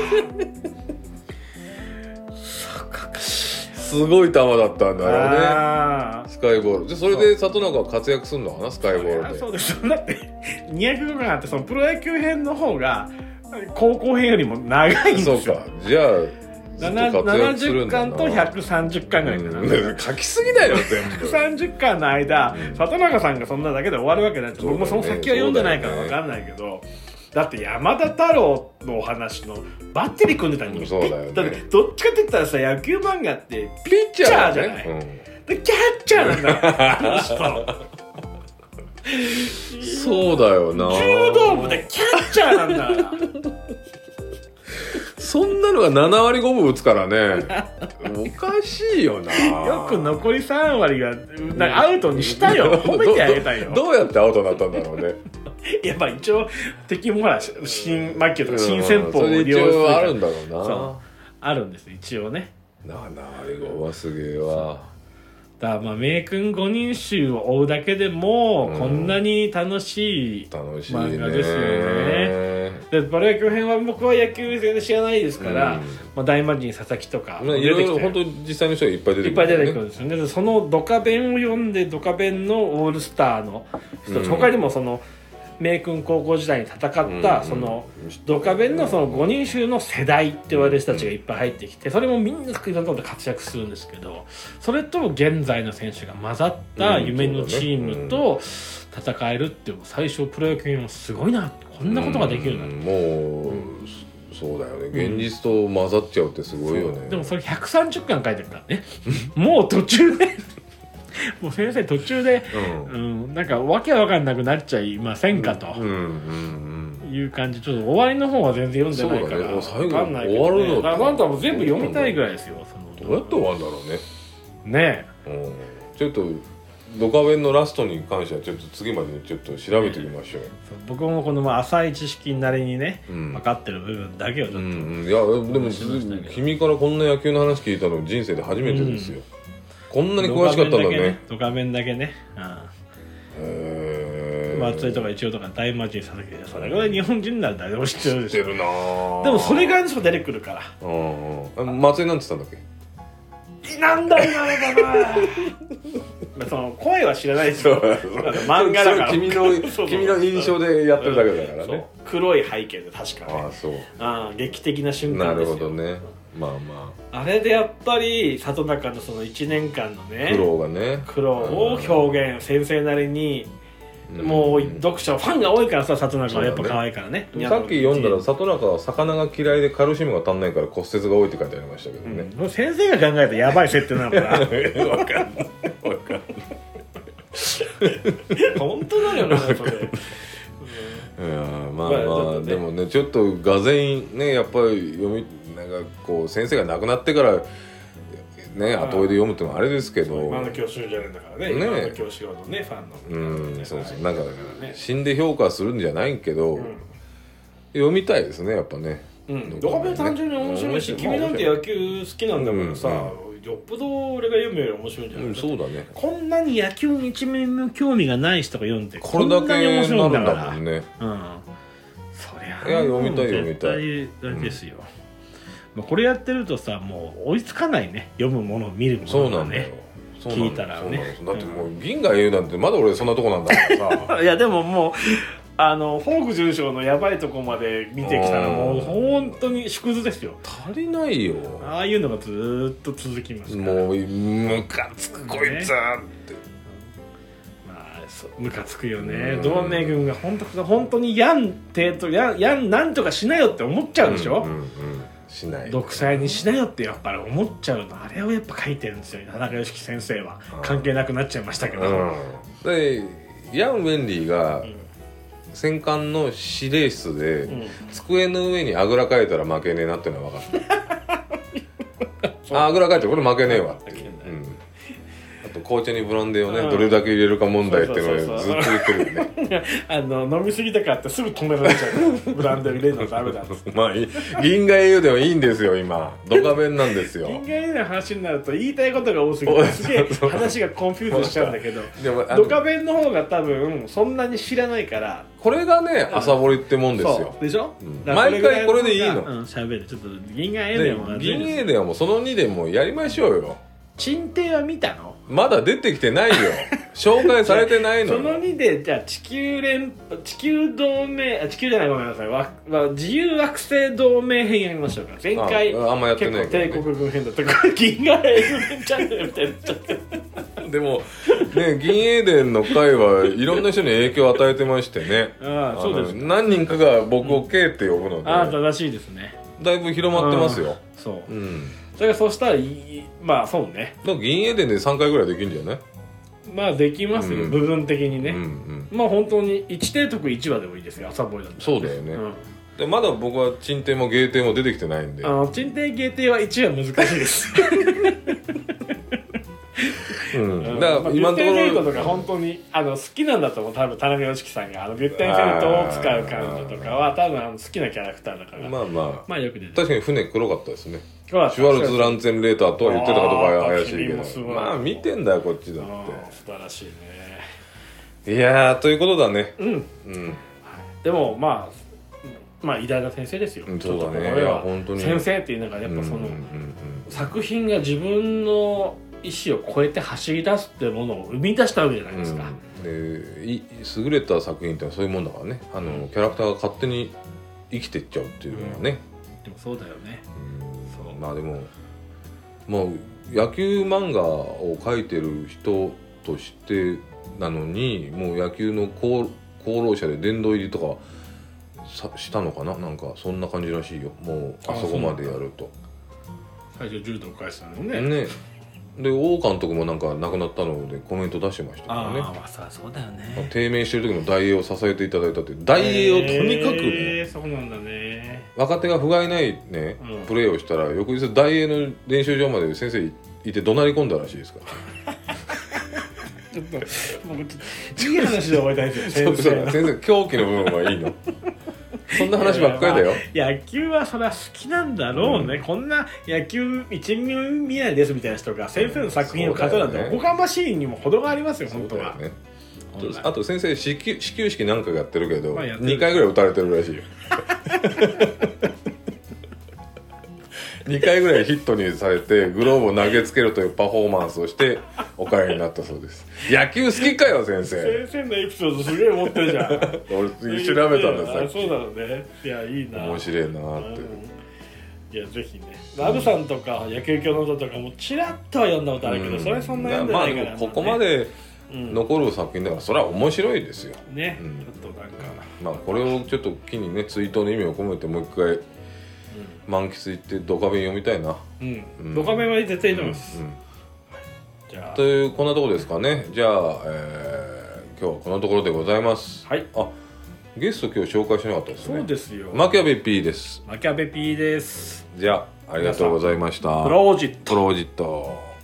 Speaker 1: すごい球だったんだよね
Speaker 2: あー
Speaker 1: スカイボールでそれで里中は活躍するのかなスカイボー
Speaker 2: あ
Speaker 1: ルで
Speaker 2: そうですだ <laughs> って200分あってそのプロ野球編の方が高校編よりも長いんです
Speaker 1: そ
Speaker 2: よ
Speaker 1: うかじゃあずっと活躍する
Speaker 2: 70
Speaker 1: んだ
Speaker 2: 巻
Speaker 1: な
Speaker 2: と130巻ぐらいかな、
Speaker 1: うん書きすぎだ
Speaker 2: <laughs>
Speaker 1: よ全部
Speaker 2: 130巻の間里中さんがそんなだけで終わるわけないって、
Speaker 1: そうだよ
Speaker 2: 僕
Speaker 1: ね
Speaker 2: もその先は読んでないから分かんないけどだって山田太郎のお話のバッテリー組んでたのに
Speaker 1: そうだよね
Speaker 2: ってどっちかって言ったらさ野球漫画って
Speaker 1: ピッチャー
Speaker 2: ピッチャーじ
Speaker 1: だ
Speaker 2: ゃ
Speaker 1: よ
Speaker 2: ない
Speaker 1: ね
Speaker 2: でキャッチャーなん
Speaker 1: <laughs>
Speaker 2: だよこの人
Speaker 1: うんそうだよな
Speaker 2: 柔道部でキャッチャーなんだ
Speaker 1: そんなのが7割5分打つから
Speaker 2: <laughs>
Speaker 1: ねおかしいよな
Speaker 2: よく残り3割がなんかアウトにしたよ褒めてあげたいよ
Speaker 1: どどどうやってアウトになったんだろうね
Speaker 2: いやまあ一応敵もほら新魔球とか新戦法を
Speaker 1: それ
Speaker 2: 利
Speaker 1: 一
Speaker 2: 用する
Speaker 1: 応
Speaker 2: から
Speaker 1: あるんだろう
Speaker 2: そうあるんです一応ね
Speaker 1: な7割5分はすげえわ
Speaker 2: だからまあ名君五人衆を追うだけでも
Speaker 1: うん
Speaker 2: こんなに楽しい、
Speaker 1: 楽しいね
Speaker 2: 漫画ですよねでプロ野球編は僕は野球全然知らないですから、
Speaker 1: うん
Speaker 2: まあ、大魔神佐々木とか
Speaker 1: まあ
Speaker 2: 出
Speaker 1: いろ
Speaker 2: て
Speaker 1: い
Speaker 2: き
Speaker 1: ろ
Speaker 2: て
Speaker 1: 本当に実際の人がいっぱい出
Speaker 2: い
Speaker 1: て
Speaker 2: っ
Speaker 1: く
Speaker 2: ぱい
Speaker 1: る
Speaker 2: 出
Speaker 1: よね、
Speaker 2: てくるんですよねでそのドカベンを読んでドカベンのオールスターの人、
Speaker 1: うん
Speaker 2: 他にもその名君高校時代に戦った、
Speaker 1: うん
Speaker 2: そのドカベンのその5人衆の世代って言われる人たちがいっぱい入ってきてそれもみんな福井さんのところで活躍するんですけどそれと現在の選手が混ざった夢のチームと戦えるっていう最初プロ野球もすごいなこんなことができるな
Speaker 1: うんもう、そうだよね現実と混ざっちゃうってすごいよね、
Speaker 2: でもそれ130巻書いてるからねもう途中でもう先生途中で、
Speaker 1: うん
Speaker 2: うん、なんかわけわかんなくなっちゃいませんかと。
Speaker 1: うんうん
Speaker 2: いう感じちょっと終わりの方は全然読んでないから、
Speaker 1: そうだねもう最後
Speaker 2: わかんないけどね
Speaker 1: 終わるの
Speaker 2: だからバンタも全部読みたいぐらいですよ
Speaker 1: う
Speaker 2: そ
Speaker 1: んど
Speaker 2: の
Speaker 1: うやって終わるんだろうね、
Speaker 2: ね
Speaker 1: うん、ちょっとドカベンのラストに関してはちょっと次までにちょっと調べてみましょうよ
Speaker 2: えそう僕もこのまあ浅い知識なりにね、
Speaker 1: うん
Speaker 2: 分かってる部分だけをちょっと、
Speaker 1: うんうん、いやでも
Speaker 2: しましたけど
Speaker 1: 君からこんな野球の話聞いたの人生で初めてですよ、こんなに詳しかったんだね
Speaker 2: ドカベンだけねドカベンだけね、
Speaker 1: へ
Speaker 2: うん
Speaker 1: え
Speaker 2: 松井とか一応とか大魔神佐々木でそれぐらい日本人なら誰でも知ってるで
Speaker 1: し
Speaker 2: しょ
Speaker 1: てるなぁ
Speaker 2: でもそれぐらいの人が出てく
Speaker 1: <laughs>
Speaker 2: るから
Speaker 1: うんうんあ松井なんて言ったんだっ
Speaker 2: なんだ今のかな <laughs> まあその声は知らないですよ
Speaker 1: け
Speaker 2: まあ漫画だから
Speaker 1: それ君の
Speaker 2: <laughs> そう
Speaker 1: 君の印象でやってるだけだから
Speaker 2: そう
Speaker 1: ね、
Speaker 2: 黒い背景で確かね
Speaker 1: ああそう
Speaker 2: ああ劇的な瞬
Speaker 1: な
Speaker 2: 間で
Speaker 1: る
Speaker 2: すよ
Speaker 1: ほどねまあま
Speaker 2: あれでやっぱり里中のその1年間の
Speaker 1: あ
Speaker 2: ね
Speaker 1: 苦労がね
Speaker 2: 苦労を表現先生なりに、
Speaker 1: うん
Speaker 2: もう
Speaker 1: うん
Speaker 2: 読者ファンが多いからさ里中はやっぱ可愛いからね
Speaker 1: さっき読んだら
Speaker 2: さ、
Speaker 1: 里中は魚が嫌いでカルシウムが足んないから骨折が多いって書いてありましたけど
Speaker 2: う
Speaker 1: ね
Speaker 2: ん、もう先生が考えたらやばい設定なのかな
Speaker 1: <laughs> わかんないわかんない
Speaker 2: <laughs> 本当だよなそれ
Speaker 1: いやーま
Speaker 2: まあ
Speaker 1: あ
Speaker 2: ち
Speaker 1: ま
Speaker 2: ょ
Speaker 1: あ
Speaker 2: っとね
Speaker 1: でもねちょっとがぜんねやっぱり読みなんかこう先生が亡くなってからね
Speaker 2: あー
Speaker 1: 後追いで読むってのはあれですけど
Speaker 2: 今の教習じゃねえんだからね
Speaker 1: ね
Speaker 2: 今の教師のねファンの
Speaker 1: うんそうそうなんかだから
Speaker 2: ね
Speaker 1: 死んで評価するんじゃないけど
Speaker 2: うん
Speaker 1: 読みたいですねやっぱね
Speaker 2: うん、ドカベン単純に面白いし、
Speaker 1: 面白い
Speaker 2: 君なんて野球好きなんだからさ、
Speaker 1: う
Speaker 2: よっぽど俺が読むより面白いんじゃない、
Speaker 1: うんそうだね
Speaker 2: こんなに野球に一面も興味がない人が読んで
Speaker 1: これだけ
Speaker 2: んなに面白い
Speaker 1: なん
Speaker 2: だ
Speaker 1: るん
Speaker 2: か
Speaker 1: だ
Speaker 2: ら
Speaker 1: もんね
Speaker 2: うんそり
Speaker 1: いや
Speaker 2: ゃ
Speaker 1: 読みたい読みたい
Speaker 2: 絶対だけですよ、まあ、これやってるとさもう追いつかないね読むもの見るもの
Speaker 1: そうな
Speaker 2: が
Speaker 1: んだよ
Speaker 2: ね
Speaker 1: そうなんだよ
Speaker 2: 聞いたらね
Speaker 1: そうなんですだってもう銀河英雄なんてまだ俺そんなとこなんだからさ
Speaker 2: いやでももうあのフォーク重賞のやばいとこまで見てきたらもう本当に縮図ですよ
Speaker 1: 足りないよ
Speaker 2: ああいうのがずーっと続きますから
Speaker 1: もうムカつくこいつはって
Speaker 2: まあそうムカつくよね
Speaker 1: うん
Speaker 2: 同盟軍が本当本当にやんてとやんやんなんとかしなよって思っちゃうでしょ、
Speaker 1: うんうんうんしない
Speaker 2: 独裁にしなよってやっぱり思っちゃうのあれをやっぱ書いてるんですよ田中良樹先生は
Speaker 1: うん
Speaker 2: 関係なくなっちゃいましたけど、
Speaker 1: うん、でヤン・ウェンリーが
Speaker 2: ん
Speaker 1: 戦艦の司令室で、
Speaker 2: ん
Speaker 1: 机の上にあぐらかいたら負けねえなってのは分かったああぐらかいてこれ負けねえわっていう、
Speaker 2: 負け
Speaker 1: う
Speaker 2: ない
Speaker 1: ん、あと紅茶にブランデーをね、
Speaker 2: うん
Speaker 1: どれだけ入れるか問題っていうの
Speaker 2: そ
Speaker 1: を
Speaker 2: うそう
Speaker 1: ず
Speaker 2: そ
Speaker 1: っ
Speaker 2: う
Speaker 1: と言ってるよね <laughs>
Speaker 2: あの飲み過ぎたからってすぐ止められちゃうからブランド入れるのダメだって
Speaker 1: まあいい銀河英雄でもいいんですよ今ドカベンなんですよ
Speaker 2: 人間への話になると言いたいことが多すぎてすげえ話がコンフューズしちゃうんだけど
Speaker 1: でもあの
Speaker 2: ドカベンの方が多分そんなに知らないから
Speaker 1: これがね朝掘りってもんですよ
Speaker 2: そうでしょ、
Speaker 1: うん
Speaker 2: だから
Speaker 1: 毎回これでいいの
Speaker 2: ぐらの方がうん、喋るちょっと銀河エレ
Speaker 1: で
Speaker 2: ンは
Speaker 1: 銀英ではもうその2でもうやりましょうよ
Speaker 2: 沈定は見たの
Speaker 1: まだ出てきて
Speaker 2: <laughs>
Speaker 1: ないよ紹介されてないの
Speaker 2: そ
Speaker 1: よ
Speaker 2: の2でじゃあ地球連地球同盟あ地球じゃないごめんなさいわ、わ自由惑星同盟編やりましょうか前回
Speaker 1: ああんまやって
Speaker 2: 結
Speaker 1: ない
Speaker 2: 構
Speaker 1: け
Speaker 2: 帝
Speaker 1: どね
Speaker 2: 国軍編だったから銀河エレンチャンネルみたいになっちゃってる
Speaker 1: でもね銀英伝の会はいろんな人に影響を与えてましてね
Speaker 2: ああ <laughs> そうです
Speaker 1: <laughs> あの何人かが僕を K って呼ぶので、
Speaker 2: ああ正しいですね
Speaker 1: だいぶ広まってますよ、
Speaker 2: そううんだからそしたらいいまあそうね
Speaker 1: だから銀英伝で3回ぐらいできるんじゃない、
Speaker 2: まあできますよ、
Speaker 1: うん
Speaker 2: 部分的にね、
Speaker 1: うんうん
Speaker 2: まあ本当に一提督一話でもいいですよ朝ぼいだと
Speaker 1: そうだよね、
Speaker 2: うん
Speaker 1: でまだ僕は鎮定も芸帝も出てきてないんで
Speaker 2: あの賃貸限定は一話難し
Speaker 1: <laughs>
Speaker 2: いです
Speaker 1: うん、だから今のとこ
Speaker 2: ビュッテンフェイト
Speaker 1: ろ
Speaker 2: とか本当にあの好きなんだと思う多分田中良樹さんがあのビュッテンフェイトを使う彼女とかは多分あの好きなキャラクターだからま
Speaker 1: まあまあ
Speaker 2: あよく出て
Speaker 1: 確かに船黒かったですね
Speaker 2: シュワ
Speaker 1: シュワルツ・ランツェン・レーターとは言ってたかどうかは怪しい
Speaker 2: あー君もす
Speaker 1: け
Speaker 2: ご
Speaker 1: ど
Speaker 2: い
Speaker 1: まあ見てんだよこっちだっ
Speaker 2: 素晴らしいね
Speaker 1: ていやーということだね
Speaker 2: うん
Speaker 1: うん
Speaker 2: でもまあまあ偉大な先生ですよ
Speaker 1: うんそうだね
Speaker 2: ちょっとこれはい
Speaker 1: や本当に
Speaker 2: 先生っていうのがやっぱその、
Speaker 1: うんうんうん
Speaker 2: 作品が自分の意思を超えて走り出すっていうものを生み出したわけじゃないですか、
Speaker 1: うん、でい優れた作品ってのはそういうもんだからねあの、
Speaker 2: うん
Speaker 1: キャラクターが勝手に生きてっちゃうっていうのはね、
Speaker 2: でもそうだよね
Speaker 1: うん
Speaker 2: そう
Speaker 1: まあでもまあ野球漫画を描いてる人としてなのにもう野球の功功労者で殿堂入りとかさしたのかななんかそんな感じらしいよもうあ
Speaker 2: あ
Speaker 1: そこまでやると。
Speaker 2: 最初柔道返したのもね
Speaker 1: ねで王監督もなんか亡くなったのでコメント出してましたから
Speaker 2: あ
Speaker 1: ね
Speaker 2: あまあさそうだよ
Speaker 1: まあ
Speaker 2: ね
Speaker 1: 低迷してる時の大栄を支えていただいたって大栄をとにかくね、
Speaker 2: へーそうなんだね
Speaker 1: 若手が不甲斐ないね、
Speaker 2: うん
Speaker 1: プレーをしたら翌日大栄の練習場まで先生いて怒鳴り込んだらしいですから
Speaker 2: ちょっと僕ちょっといい話で終わりたいんですよ先
Speaker 1: そう
Speaker 2: 生
Speaker 1: そう
Speaker 2: の
Speaker 1: <laughs> 先生狂気の部分はいいのそんな話ばっかりだよ、
Speaker 2: いやまあ野球はそれは好きなんだろうね、こんな野球一宮ですみたいな人が先生の作品を語るなん
Speaker 1: そうだよ
Speaker 2: て
Speaker 1: ね
Speaker 2: おこがましいにも程がありますよ本当は、
Speaker 1: そうだよね
Speaker 2: 本来
Speaker 1: あと先生始球始球式なんかやってるけど、
Speaker 2: まあやってる
Speaker 1: 2回ぐらい打たれてるらしいよ2回ぐらいヒットにされてグローブを投げつけるというパフォーマンスをしてお帰りになったそうです野球好きかよ先生
Speaker 2: 先生のエピソードすげえ持ってるじゃん
Speaker 1: <laughs> 俺調べたんださっ
Speaker 2: あ
Speaker 1: き
Speaker 2: そうなのねいやいいな
Speaker 1: 面白いなーって、
Speaker 2: うんいやぜひねラブさんとか野球教の人とかもちらっとは読んだことあるけど、
Speaker 1: うん
Speaker 2: それそんな読んでないから、
Speaker 1: まあでもここまで残る作品だからそれは面白いですよ、
Speaker 2: うんね、
Speaker 1: うん
Speaker 2: ちょっとなんか、
Speaker 1: まあこれをちょっと機にね追悼の意味を込めてもう一回満喫行ってドカベン読みたいな、
Speaker 2: うん
Speaker 1: うん
Speaker 2: ドカベンは絶対いいと
Speaker 1: う
Speaker 2: 思い
Speaker 1: ん
Speaker 2: ます、じゃあ
Speaker 1: というこんなところですかねじゃあ、えー今日はこんなところでございます
Speaker 2: はい
Speaker 1: あゲスト今日紹介しなかったですね
Speaker 2: そうですよ
Speaker 1: マキャベ P です
Speaker 2: マキャベピーです
Speaker 1: じゃあありがとうございました
Speaker 2: プロジェクト
Speaker 1: プロジット